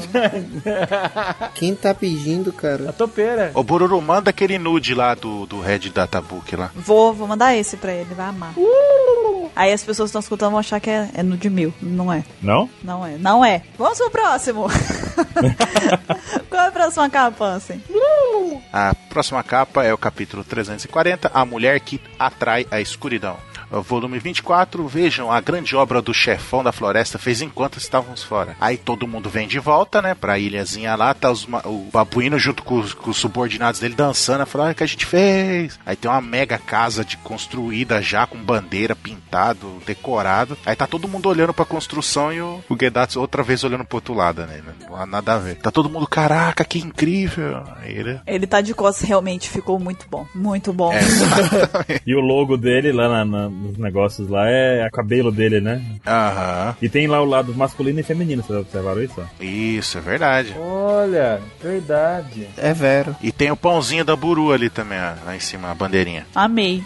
Speaker 10: Quem tá pedindo, cara?
Speaker 4: A topeira.
Speaker 5: O Bururu manda aquele nude lá do, do Red da Tabuki lá.
Speaker 3: Vou, vou mandar esse pra ele, vai amar. Aí as pessoas que estão escutando vão achar que é, é nude mil. Não é,
Speaker 1: Não?
Speaker 3: não é, não é. Vamos pro próximo. Qual é a próxima capa, assim?
Speaker 5: A próxima capa é o capítulo 340, A Mulher que Atrai a Escuridão. Volume 24, vejam a grande obra do chefão da floresta fez enquanto estávamos fora. Aí todo mundo vem de volta, né, pra ilhazinha lá, tá os ma- o babuíno junto com os, com os subordinados dele dançando, falando, olha o que a gente fez. Aí tem uma mega casa de construída já, com bandeira pintado, decorado. Aí tá todo mundo olhando pra construção e o, o Gedatsu outra vez olhando pro outro lado, né, não há nada a ver. Tá todo mundo, caraca, que incrível. Aí ele...
Speaker 3: Ele tá de costas, realmente ficou muito bom. Muito
Speaker 5: É.
Speaker 3: bom.
Speaker 1: E o logo dele lá na- na- nos negócios lá é o cabelo dele, né?
Speaker 5: Aham,
Speaker 1: E tem lá o lado masculino e feminino, vocês observaram isso?
Speaker 5: isso, é verdade.
Speaker 4: Olha, verdade.
Speaker 2: É vero.
Speaker 5: E tem o pãozinho da Buru ali também, ó, lá em cima, a bandeirinha.
Speaker 3: Amei.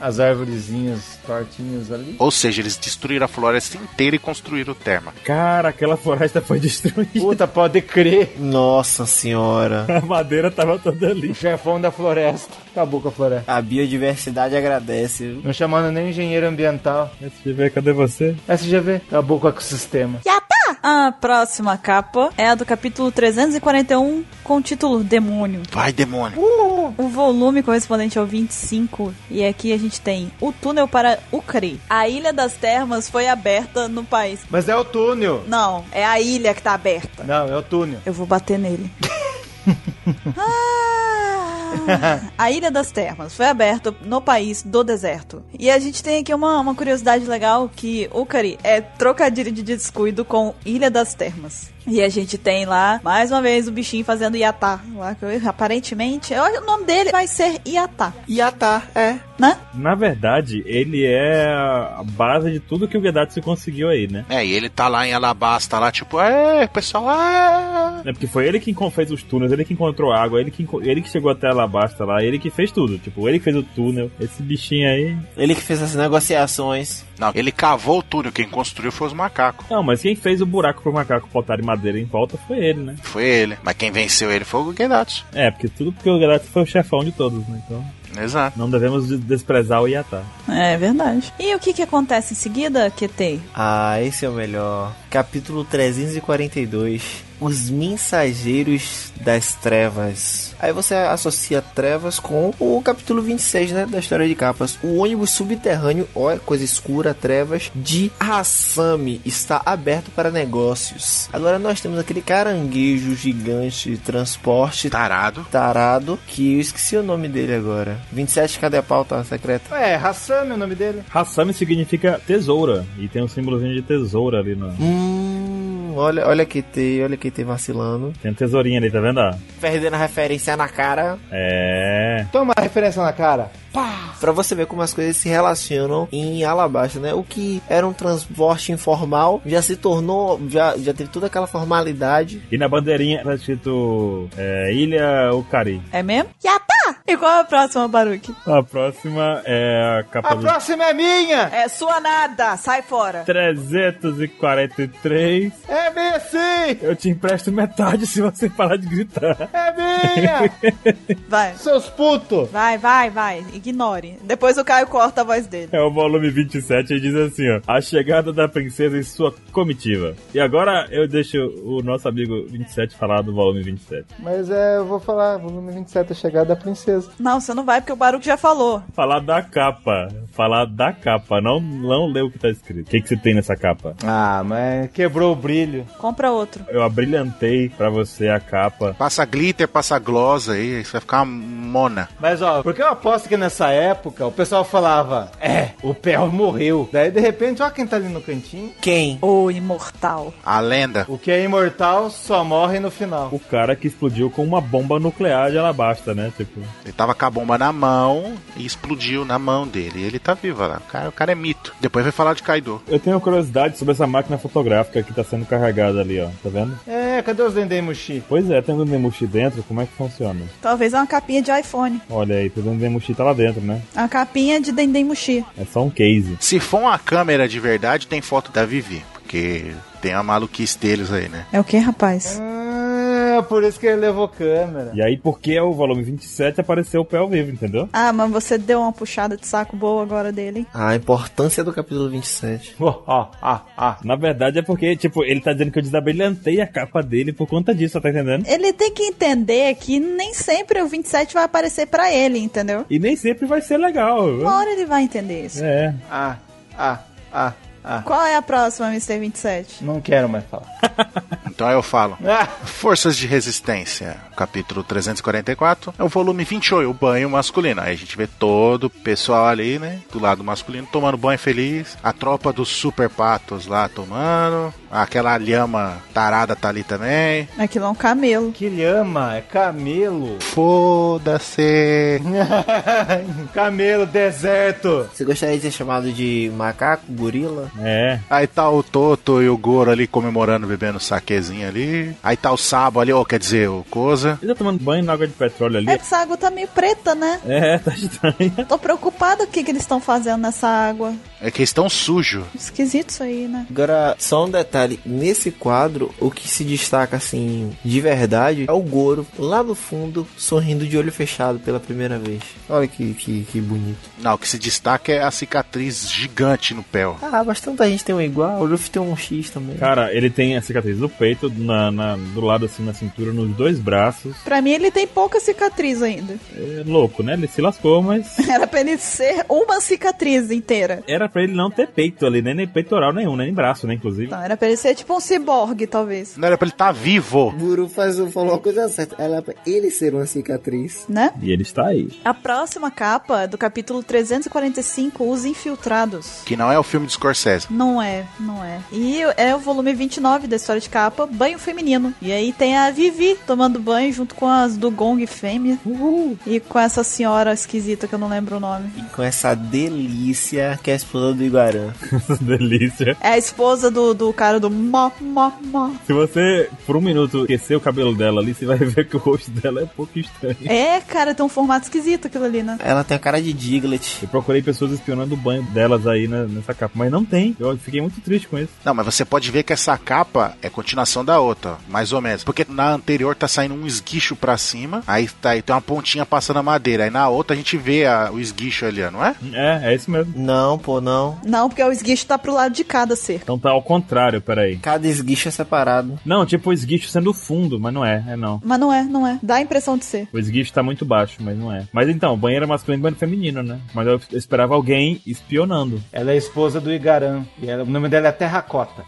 Speaker 4: As árvorezinhas tortinhas ali.
Speaker 5: Ou seja, eles destruíram a floresta inteira e construíram o terma.
Speaker 1: Cara, aquela floresta foi <laughs> destruída.
Speaker 4: Puta, pode crer. <laughs>
Speaker 2: Nossa senhora.
Speaker 1: A madeira tava toda ali.
Speaker 4: O chefão da floresta. Acabou com a floresta.
Speaker 2: A biodiversidade agradece, viu?
Speaker 4: Não chamando nem engenheiro ambiental.
Speaker 1: SGV, cadê você?
Speaker 4: SGV, acabou com o ecossistema.
Speaker 3: A próxima capa é a do capítulo 341 com o título Demônio.
Speaker 5: Vai, demônio!
Speaker 3: O volume correspondente ao 25. E aqui a gente tem o túnel para Ucre. A Ilha das Termas foi aberta no país.
Speaker 4: Mas é o túnel.
Speaker 3: Não, é a ilha que tá aberta.
Speaker 4: Não, é o túnel.
Speaker 3: Eu vou bater nele. Ah, A Ilha das Termas foi aberta no país do deserto. E a gente tem aqui uma, uma curiosidade legal que Ucari é trocadilho de descuido com Ilha das Termas. E a gente tem lá, mais uma vez, o bichinho fazendo Iatá. Lá, que eu- aparentemente, eu- o nome dele vai ser Iatá,
Speaker 2: E a tá, é.
Speaker 3: né?
Speaker 1: Na verdade, ele é a base de tudo que o Gedatsu conseguiu aí, né?
Speaker 5: É, e ele tá lá em Alabasta, lá tipo, é, pessoal, é.
Speaker 1: É porque foi ele que encon- fez os túneis, ele que encontrou água, ele que, enco- ele que chegou até Alabasta lá, ele que fez tudo. Tipo, ele que fez o túnel. Esse bichinho aí.
Speaker 2: Ele que fez as negociações.
Speaker 5: Não, ele cavou o túnel, quem construiu foi os macacos.
Speaker 1: Não, mas quem fez o buraco pro macaco botar de madeira em volta foi ele, né?
Speaker 5: Foi ele. Mas quem venceu ele foi o Gedatsu.
Speaker 1: É, porque tudo porque o Gedatsu foi o chefão de todos, né? Então,
Speaker 5: Exato.
Speaker 1: não devemos de- desprezar o Iatá.
Speaker 3: É verdade. E o que que acontece em seguida, QT?
Speaker 2: Ah, esse é o melhor. Capítulo 342. Os mensageiros das trevas. Aí você associa trevas com o capítulo 26, né, da história de capas. O ônibus subterrâneo, olha, coisa escura, trevas, de Hassami está aberto para negócios. Agora nós temos aquele caranguejo gigante de transporte
Speaker 5: Tarado.
Speaker 2: tarado, que eu esqueci o nome dele agora. 27, cadê a pauta secreta?
Speaker 4: É, Hassami é o nome dele.
Speaker 1: Hassami significa tesoura, e tem um símbolozinho de tesoura ali no.
Speaker 2: Hum, olha, olha que tem, olha que tem vacilando.
Speaker 1: Tem a tesourinha ali, tá vendo? ó?
Speaker 2: perdendo a referência na cara,
Speaker 1: É.
Speaker 4: Toma a referência na cara.
Speaker 2: Pra você ver como as coisas se relacionam em Alabasta, né? O que era um transporte informal já se tornou, já, já teve toda aquela formalidade.
Speaker 1: E na bandeirinha tá escrito é, Ilha Ucari.
Speaker 3: É mesmo? Iatá! E qual é a próxima, Baruque?
Speaker 1: A próxima é a capa
Speaker 4: A
Speaker 1: do
Speaker 4: próxima é minha!
Speaker 3: É sua nada, sai fora.
Speaker 1: 343.
Speaker 4: É minha sim!
Speaker 1: Eu te empresto metade se você parar de gritar.
Speaker 4: É minha!
Speaker 3: Vai.
Speaker 4: <laughs> Seus putos!
Speaker 3: Vai, vai, vai. Ignore. Depois o Caio corta a voz dele.
Speaker 1: É o volume 27 e diz assim, ó. A chegada da princesa e sua comitiva. E agora eu deixo o nosso amigo 27 falar do volume 27.
Speaker 4: Mas é, eu vou falar, volume 27, a chegada é da princesa.
Speaker 3: Não, você não vai porque o Baruco já falou.
Speaker 1: Falar da capa. Falar da capa. Não, não lê o que tá escrito. O que, que você tem nessa capa?
Speaker 4: Ah, mas quebrou o brilho.
Speaker 3: Compra outro.
Speaker 1: Eu abrilhantei pra você a capa.
Speaker 5: Passa glitter passar glosa aí, você vai ficar uma mona.
Speaker 4: Mas ó, porque eu aposto que nessa época o pessoal falava, é, o Pel morreu. Daí de repente, ó quem tá ali no cantinho.
Speaker 2: Quem?
Speaker 3: O imortal.
Speaker 5: A lenda.
Speaker 4: O que é imortal só morre no final.
Speaker 1: O cara que explodiu com uma bomba nuclear de alabasta, né? Tipo.
Speaker 5: Ele tava com a bomba na mão e explodiu na mão dele. Ele tá vivo lá. O cara, o cara é mito. Depois vai falar de Kaido.
Speaker 1: Eu tenho curiosidade sobre essa máquina fotográfica que tá sendo carregada ali, ó. Tá vendo?
Speaker 4: É, cadê os Dendemushi?
Speaker 1: Pois é, tem um Dendemushi dentro, como é que funciona?
Speaker 3: Talvez é uma capinha de iPhone.
Speaker 1: Olha aí, o Dendemushi tá lá dentro, né?
Speaker 3: A capinha de Dendemushi.
Speaker 1: É só um case.
Speaker 5: Se for uma câmera de verdade, tem foto da Vivi. Porque tem a maluquice deles aí, né?
Speaker 3: É o que, rapaz?
Speaker 4: Ah, por isso que ele levou câmera.
Speaker 1: E aí, porque é o volume 27, apareceu o pé ao vivo, entendeu?
Speaker 3: Ah, mas você deu uma puxada de saco boa agora dele, hein?
Speaker 2: A importância do capítulo 27.
Speaker 4: Ó, ó, ó, ó.
Speaker 1: Na verdade é porque, tipo, ele tá dizendo que eu desabrilhantei a capa dele por conta disso, tá entendendo?
Speaker 3: Ele tem que entender que nem sempre o 27 vai aparecer pra ele, entendeu?
Speaker 1: E nem sempre vai ser legal.
Speaker 3: Uma hora ele vai entender isso.
Speaker 1: É.
Speaker 4: Ah, ah, ah. Ah.
Speaker 3: Qual é a próxima, Mr. 27?
Speaker 4: Não quero mais falar.
Speaker 5: Então eu falo.
Speaker 4: Ah.
Speaker 5: Forças de Resistência, capítulo 344, é o volume 28, o banho masculino. Aí a gente vê todo o pessoal ali, né, do lado masculino, tomando banho feliz. A tropa dos Super Patos lá tomando. Aquela lhama tarada tá ali também.
Speaker 3: Aquilo é um camelo.
Speaker 4: Que lhama, é <laughs> camelo.
Speaker 5: Foda-se.
Speaker 4: camelo deserto.
Speaker 2: Você gostaria de ser chamado de macaco, gorila?
Speaker 1: É.
Speaker 5: Aí tá o Toto e o Goro ali comemorando, bebendo saquezinho ali. Aí tá o Sabo ali, ou quer dizer, o Koza.
Speaker 1: Ele tá tomando banho na água de petróleo ali.
Speaker 3: É que essa água tá meio preta, né?
Speaker 1: É, <laughs> tá estranho.
Speaker 3: Tô preocupada com o que, que eles estão fazendo nessa água.
Speaker 5: É questão sujo.
Speaker 3: Esquisito isso aí, né?
Speaker 2: Agora, só um detalhe. Nesse quadro, o que se destaca, assim, de verdade, é o Goro lá no fundo, sorrindo de olho fechado pela primeira vez. Olha que, que, que bonito.
Speaker 5: Não, o que se destaca é a cicatriz gigante no pé. ó.
Speaker 2: Ah, mas tanta gente tem um igual. O Luffy tem um X também.
Speaker 1: Cara, ele tem a cicatriz no peito, na, na- do lado assim, na cintura, nos dois braços.
Speaker 3: Pra mim, ele tem pouca cicatriz ainda. <laughs>
Speaker 1: É louco, né? Ele se lascou, mas.
Speaker 3: Era pra ele ser uma cicatriz inteira.
Speaker 1: Era pra ele não ter peito ali, né? Nem peitoral nenhum, né? nem braço, né? Inclusive.
Speaker 3: Então, era pra ele ser tipo um ciborgue, talvez.
Speaker 5: Não era pra ele estar tá vivo.
Speaker 10: Guru faz um, falou uma coisa certa. Ela, ele ser uma cicatriz.
Speaker 3: Né?
Speaker 1: E ele está aí. <laughs>
Speaker 3: A próxima capa é do capítulo 345, Os Infiltrados.
Speaker 5: Que não é o filme de Scorsese.
Speaker 3: Não é, não é. E é o volume 29 da história de capa, Banho Feminino. E aí tem a Vivi tomando banho junto com as do Gong Fêmea. E com essa senhora esquisita que eu não lembro o nome.
Speaker 2: E com essa delícia que é a esposa do Iguarã.
Speaker 1: Delícia.
Speaker 3: É a esposa do, do cara do Mó, Mó, Mó.
Speaker 1: Se você, por um minuto, esquecer o cabelo dela ali, você vai <laughs> ver que o rosto dela é um pouco estranho.
Speaker 3: É, cara, tem um formato esquisito aquilo ali, né?
Speaker 2: Ela tem a cara de Diglett.
Speaker 1: Eu procurei pessoas espionando o banho delas aí na- nessa capa, mas não tem. Eu fiquei muito triste com isso.
Speaker 5: Não, mas você pode ver que essa capa é continuação da outra, ó, mais ou menos. Porque na anterior tá saindo um esguicho pra cima, aí tá aí tem uma pontinha passando a madeira. Aí na outra a gente vê a- o esguicho ali, ó, não é?
Speaker 1: É, é isso mesmo.
Speaker 2: Não, pô, não.
Speaker 3: Não, porque o esguicho tá pro lado de cada cerca.
Speaker 1: Então tá ao contrário, peraí.
Speaker 2: Cada esguicho é separado.
Speaker 1: Não, tipo o esguicho sendo o fundo, mas não é, é não.
Speaker 3: Mas não é, não é. Dá a impressão de ser.
Speaker 1: O esguicho tá muito baixo, mas não é. Mas então, banheiro masculino e banheiro feminino, né? Mas eu esperava alguém espionando.
Speaker 4: Ela é esposa do Igaran. E ela- o nome dela é Terracota.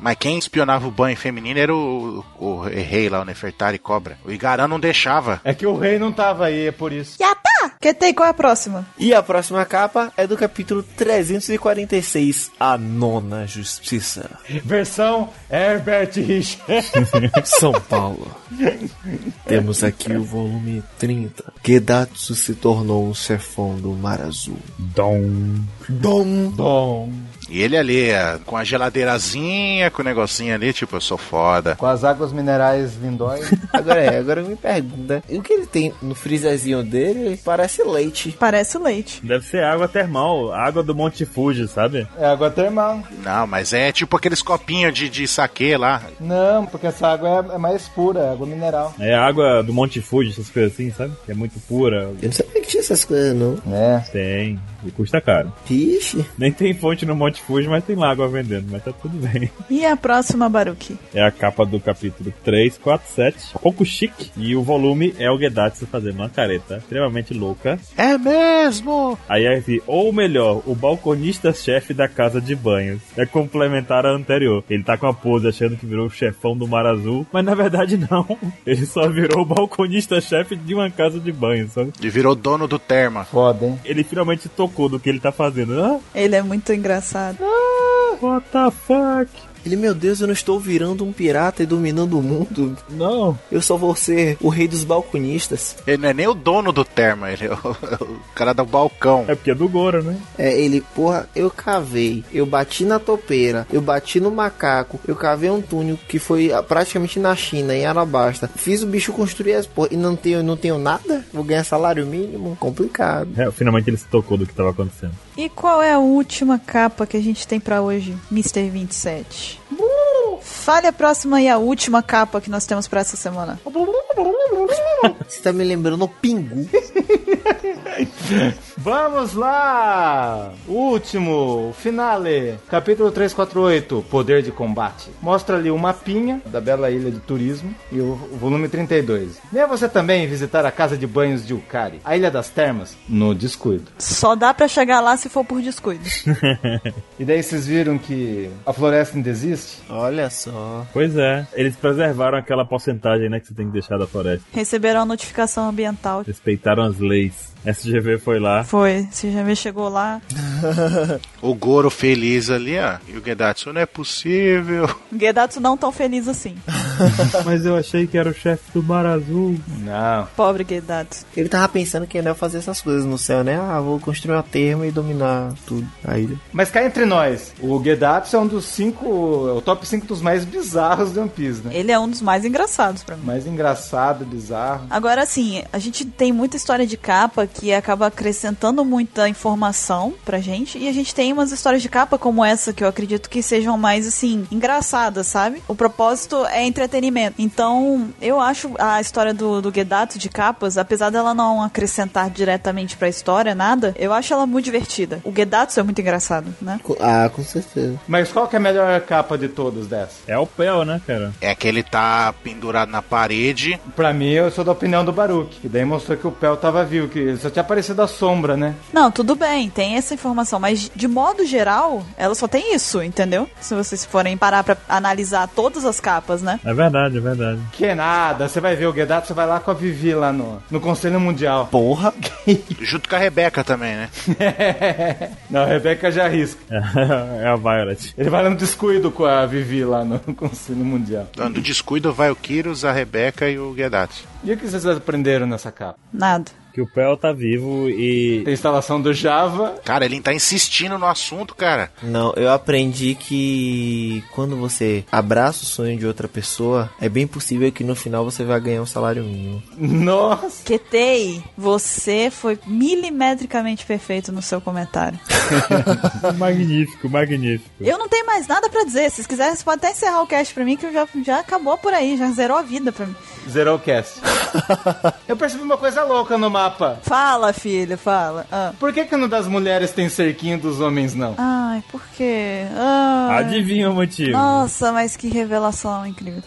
Speaker 5: Mas quem espionava o banho feminino era o, o, o rei lá, o Nefertari Cobra. O Igaran não deixava.
Speaker 4: É que o rei não tava aí, é por isso.
Speaker 3: Já tá! Que tem, qual é a próxima?
Speaker 2: E a próxima capa é do capítulo 346, A Nona Justiça.
Speaker 4: Versão Herbert Rich.
Speaker 2: São Paulo. Temos aqui o volume 30. Gedatsu se tornou um chefão do Mar Azul.
Speaker 1: Dom.
Speaker 2: Dom!
Speaker 4: Bom.
Speaker 5: E ele ali, ó, com a geladeirazinha, com o negocinho ali, tipo, eu sou foda.
Speaker 4: Com as águas minerais lindói.
Speaker 2: Agora é, agora me pergunta. O que ele tem no freezerzinho dele parece leite.
Speaker 3: Parece o leite.
Speaker 1: Deve ser água termal, água do Monte Fuji, sabe?
Speaker 4: É água termal.
Speaker 5: Não, mas é tipo aqueles copinhos de, de saque lá.
Speaker 4: Não, porque essa água é, é mais pura, é água mineral.
Speaker 1: É água do Monte Fuji, essas coisas assim, sabe? Que é muito pura.
Speaker 2: Eu não sabia que tinha essas coisas, não.
Speaker 4: É.
Speaker 1: Tem. E custa caro.
Speaker 2: Vixe.
Speaker 1: Nem tem fonte no Monte Fuji, mas tem lágua vendendo, mas tá tudo bem.
Speaker 3: E a próxima, Baruki?
Speaker 1: É a capa do capítulo 347, pouco chique. E o volume é o Gedatsu fazendo uma careta extremamente louca.
Speaker 5: É mesmo?
Speaker 1: Aí é assim, ou melhor, o balconista-chefe da casa de banhos. É complementar à anterior. Ele tá com a pose achando que virou o chefão do Mar Azul, mas na verdade não. <laughs> Ele só virou o balconista-chefe de uma casa de banhos, sabe?
Speaker 5: E virou dono do terma.
Speaker 4: Foda, hein?
Speaker 1: Ele finalmente tocou do que ele tá fazendo. Ah,
Speaker 3: Ele é muito engraçado.
Speaker 1: what the fuck?
Speaker 2: Ele, meu Deus, eu não estou virando um pirata e dominando o mundo.
Speaker 1: Não.
Speaker 2: Eu só vou ser o rei dos balconistas.
Speaker 5: Ele não é nem o dono do terma, ele é o, <laughs> o cara do balcão.
Speaker 1: É porque é do Goro, né?
Speaker 2: É, ele, porra, eu cavei, eu bati na topeira, eu bati no macaco, eu cavei um túnel que foi ah, praticamente na China, em Alabasta. Fiz o bicho construir as porra e não tenho, não tenho nada? Vou ganhar salário
Speaker 1: <laughs>
Speaker 2: mínimo? Complicado.
Speaker 1: É, finalmente ele se tocou do que tava acontecendo.
Speaker 3: E qual é a última capa que a gente tem pra hoje, Mr. 27? Fale a próxima e a última capa que nós temos pra essa semana.
Speaker 2: Você tá me lembrando o Pingu.
Speaker 4: Vamos lá! Último, finale, capítulo 348, Poder de Combate. Mostra ali o mapinha da bela ilha de turismo e o o volume 32. Venha você também visitar a casa de banhos de Ukari, a Ilha das Termas, no descuido.
Speaker 3: Só dá pra chegar lá se for por descuido.
Speaker 4: E daí vocês viram que a floresta ainda existe?
Speaker 2: Olha só.
Speaker 1: Pois é. Eles preservaram aquela porcentagem, né, que você tem que deixar da floresta.
Speaker 3: Receberam a notificação ambiental.
Speaker 1: Respeitaram as leis. SGV foi lá.
Speaker 3: Foi, você já me chegou lá.
Speaker 5: O Goro feliz ali, ó. E o Gedatsu, não é possível.
Speaker 3: Gedatsu não tão feliz assim.
Speaker 1: <laughs> Mas eu achei que era o chefe do Mar Azul.
Speaker 4: Não.
Speaker 3: Pobre Gedatsu.
Speaker 2: Ele tava pensando que ele ia fazer essas coisas no céu, né? Ah, vou construir uma terma e dominar tudo, a ilha.
Speaker 4: Mas cá entre nós, o Gedatsu é um dos cinco, é o top 5 dos mais bizarros do One Piece, né?
Speaker 3: Ele é um dos mais engraçados pra mim.
Speaker 4: Mais engraçado, bizarro.
Speaker 3: Agora sim, a gente tem muita história de capa que acaba acrescentando muita informação pra gente. E a gente tem umas histórias de capa como essa que eu acredito que sejam mais assim, engraçadas, sabe? O propósito é entretenimento. Então, eu acho a história do, do Gedato de capas, apesar dela não acrescentar diretamente pra história nada, eu acho ela muito divertida. O Gedatsu é muito engraçado, né?
Speaker 2: Co- Ah, com certeza.
Speaker 4: Mas qual que é a melhor capa de todas dessa?
Speaker 1: É o Pel, né, cara?
Speaker 5: É que ele tá pendurado na parede.
Speaker 4: Pra mim, eu sou da opinião do Baruch, que daí mostrou que o Pel tava vivo, que ele só tinha aparecido a sombra, né?
Speaker 3: Não, tudo bem, tem essa informação, mas de modo geral, ela só tem isso, entendeu? Se vocês forem parar pra analisar todas as capas, né?
Speaker 1: É verdade, é verdade. <laughs>
Speaker 4: Que nada, você vai ver o Gedatsu, vai lá com a Vivi lá no, no Conselho Mundial.
Speaker 2: Porra.
Speaker 5: Junto com a Rebeca também, né?
Speaker 4: <laughs> Não, a Rebeca já arrisca.
Speaker 1: É a Violet.
Speaker 4: Ele vai lá no descuido com a Vivi lá no <laughs> Conselho Mundial.
Speaker 5: Dando descuido, vai o Kyrus, a Rebeca e o Gedatsu.
Speaker 4: E o que vocês aprenderam nessa capa?
Speaker 3: Nada.
Speaker 1: Que o Pel tá vivo e. <laughs>
Speaker 4: Tem a instalação do Java.
Speaker 5: Cara, ele tá insistindo no assunto, cara.
Speaker 2: Não, eu aprendi que quando você abraça o sonho de outra pessoa, é bem possível que no final você vai ganhar um salário mínimo.
Speaker 4: <laughs> Nossa!
Speaker 3: Ketei, você foi milimetricamente perfeito no seu comentário.
Speaker 1: magnífico, magnífico.
Speaker 3: Eu não tenho mais nada pra dizer. Se vocês quiserem, vocês podem até encerrar o cast pra mim, que eu já, já acabou por aí, já zerou a vida pra mim.
Speaker 4: Zerou o cast. Eu percebi uma coisa louca no mapa.
Speaker 3: Fala, filho, fala. Ah.
Speaker 4: Por que que no das mulheres tem cerquinho dos homens não? <laughs>
Speaker 3: Ai, por quê? Ai.
Speaker 1: Adivinha o motivo.
Speaker 3: Nossa, mas que revelação incrível.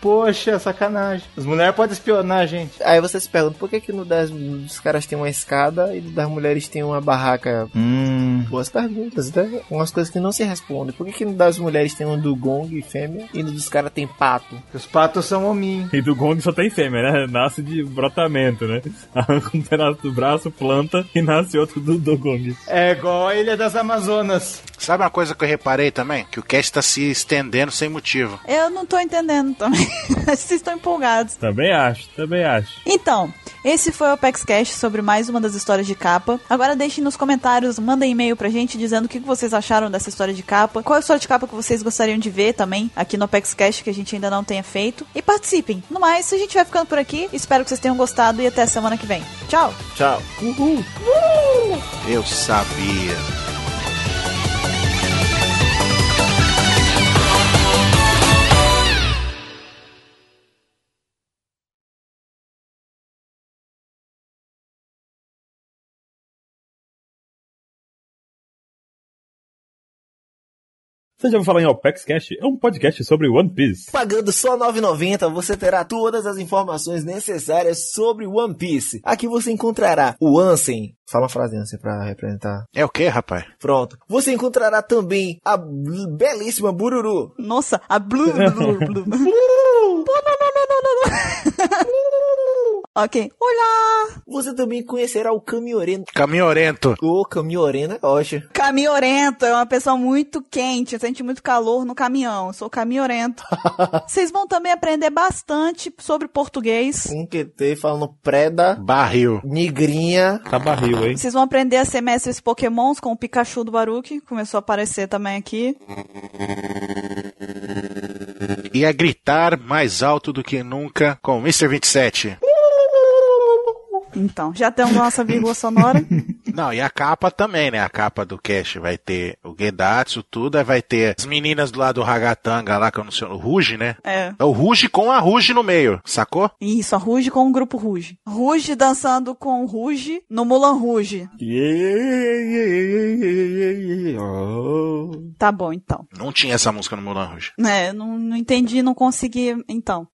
Speaker 4: Poxa, sacanagem. As mulheres podem espionar a gente.
Speaker 2: Aí você se pergunta, por que que no das dos caras tem uma escada e no das mulheres tem uma barraca?
Speaker 4: Hum.
Speaker 2: Boas perguntas, né? Umas coisas que não se respondem. Por que que no das mulheres tem um do gong fêmea e no dos caras tem pato?
Speaker 4: Os patos são hominhos.
Speaker 1: E do Gong só tem fêmea, né? Nasce de brotamento, né? <laughs> Arranca um pedaço do braço, planta e nasce outro do, do Gong.
Speaker 4: É igual a Ilha das Amazonas.
Speaker 5: Sabe uma coisa que eu reparei também? Que o cast tá se estendendo sem motivo.
Speaker 3: Eu não tô entendendo também. <laughs> Acho que vocês estão empolgados.
Speaker 1: Também acho, também acho.
Speaker 3: Então, esse foi o Apex Cash sobre mais uma das histórias de capa. Agora deixem nos comentários, mandem e-mail pra gente dizendo o que que vocês acharam dessa história de capa, qual é a história de capa que vocês gostariam de ver também aqui no Apex Cash que a gente ainda não tenha feito. E participem. No mais, a gente vai ficando por aqui. Espero que vocês tenham gostado e até a semana que vem. Tchau!
Speaker 2: Tchau.
Speaker 5: Eu sabia.
Speaker 1: Você já ouviu falar em Alpex Cash? É um podcast sobre One Piece.
Speaker 2: Pagando só R$ 9,90, você terá todas as informações necessárias sobre One Piece. Aqui você encontrará o Ansem. Fala uma frase, Ansem, pra representar.
Speaker 5: É o que, rapaz?
Speaker 2: Pronto. Você encontrará também a bl- belíssima Bururu.
Speaker 3: Nossa, a blu, <laughs> blu, blu, blu. ok. Olá!
Speaker 2: Você também conhecerá o Camioreno.
Speaker 5: Caminhorento.
Speaker 2: O Camioreno é ótimo.
Speaker 3: Caminhorento é uma pessoa muito quente, sente muito calor no caminhão. Eu sou <laughs> caminhorento. Vocês vão também aprender bastante sobre português.
Speaker 2: Um QT falando preda,
Speaker 5: Barril.
Speaker 2: nigrinha.
Speaker 1: Tá barril, hein?
Speaker 3: Vocês vão aprender a ser mestres pokémons com o Pikachu do Baruque, que começou a aparecer também aqui.
Speaker 5: E a gritar mais alto do que nunca com Mr. 27.
Speaker 3: Então, já temos a nossa vírgula sonora.
Speaker 5: Não, e a capa também, né? A capa do Cash vai ter o Gedatsu, tudo. Aí vai ter as meninas do lado do Hagatanga lá, que eu não sei o Ruge, né?
Speaker 3: É.
Speaker 5: É o Ruge com a Ruge no meio, sacou?
Speaker 3: Isso, a Ruge com o grupo Ruge. Ruge dançando com o Ruge no Mulan Ruge. Tá bom, então.
Speaker 5: Não tinha essa música no Mulan Ruge.
Speaker 3: É, não, não entendi, não consegui, então.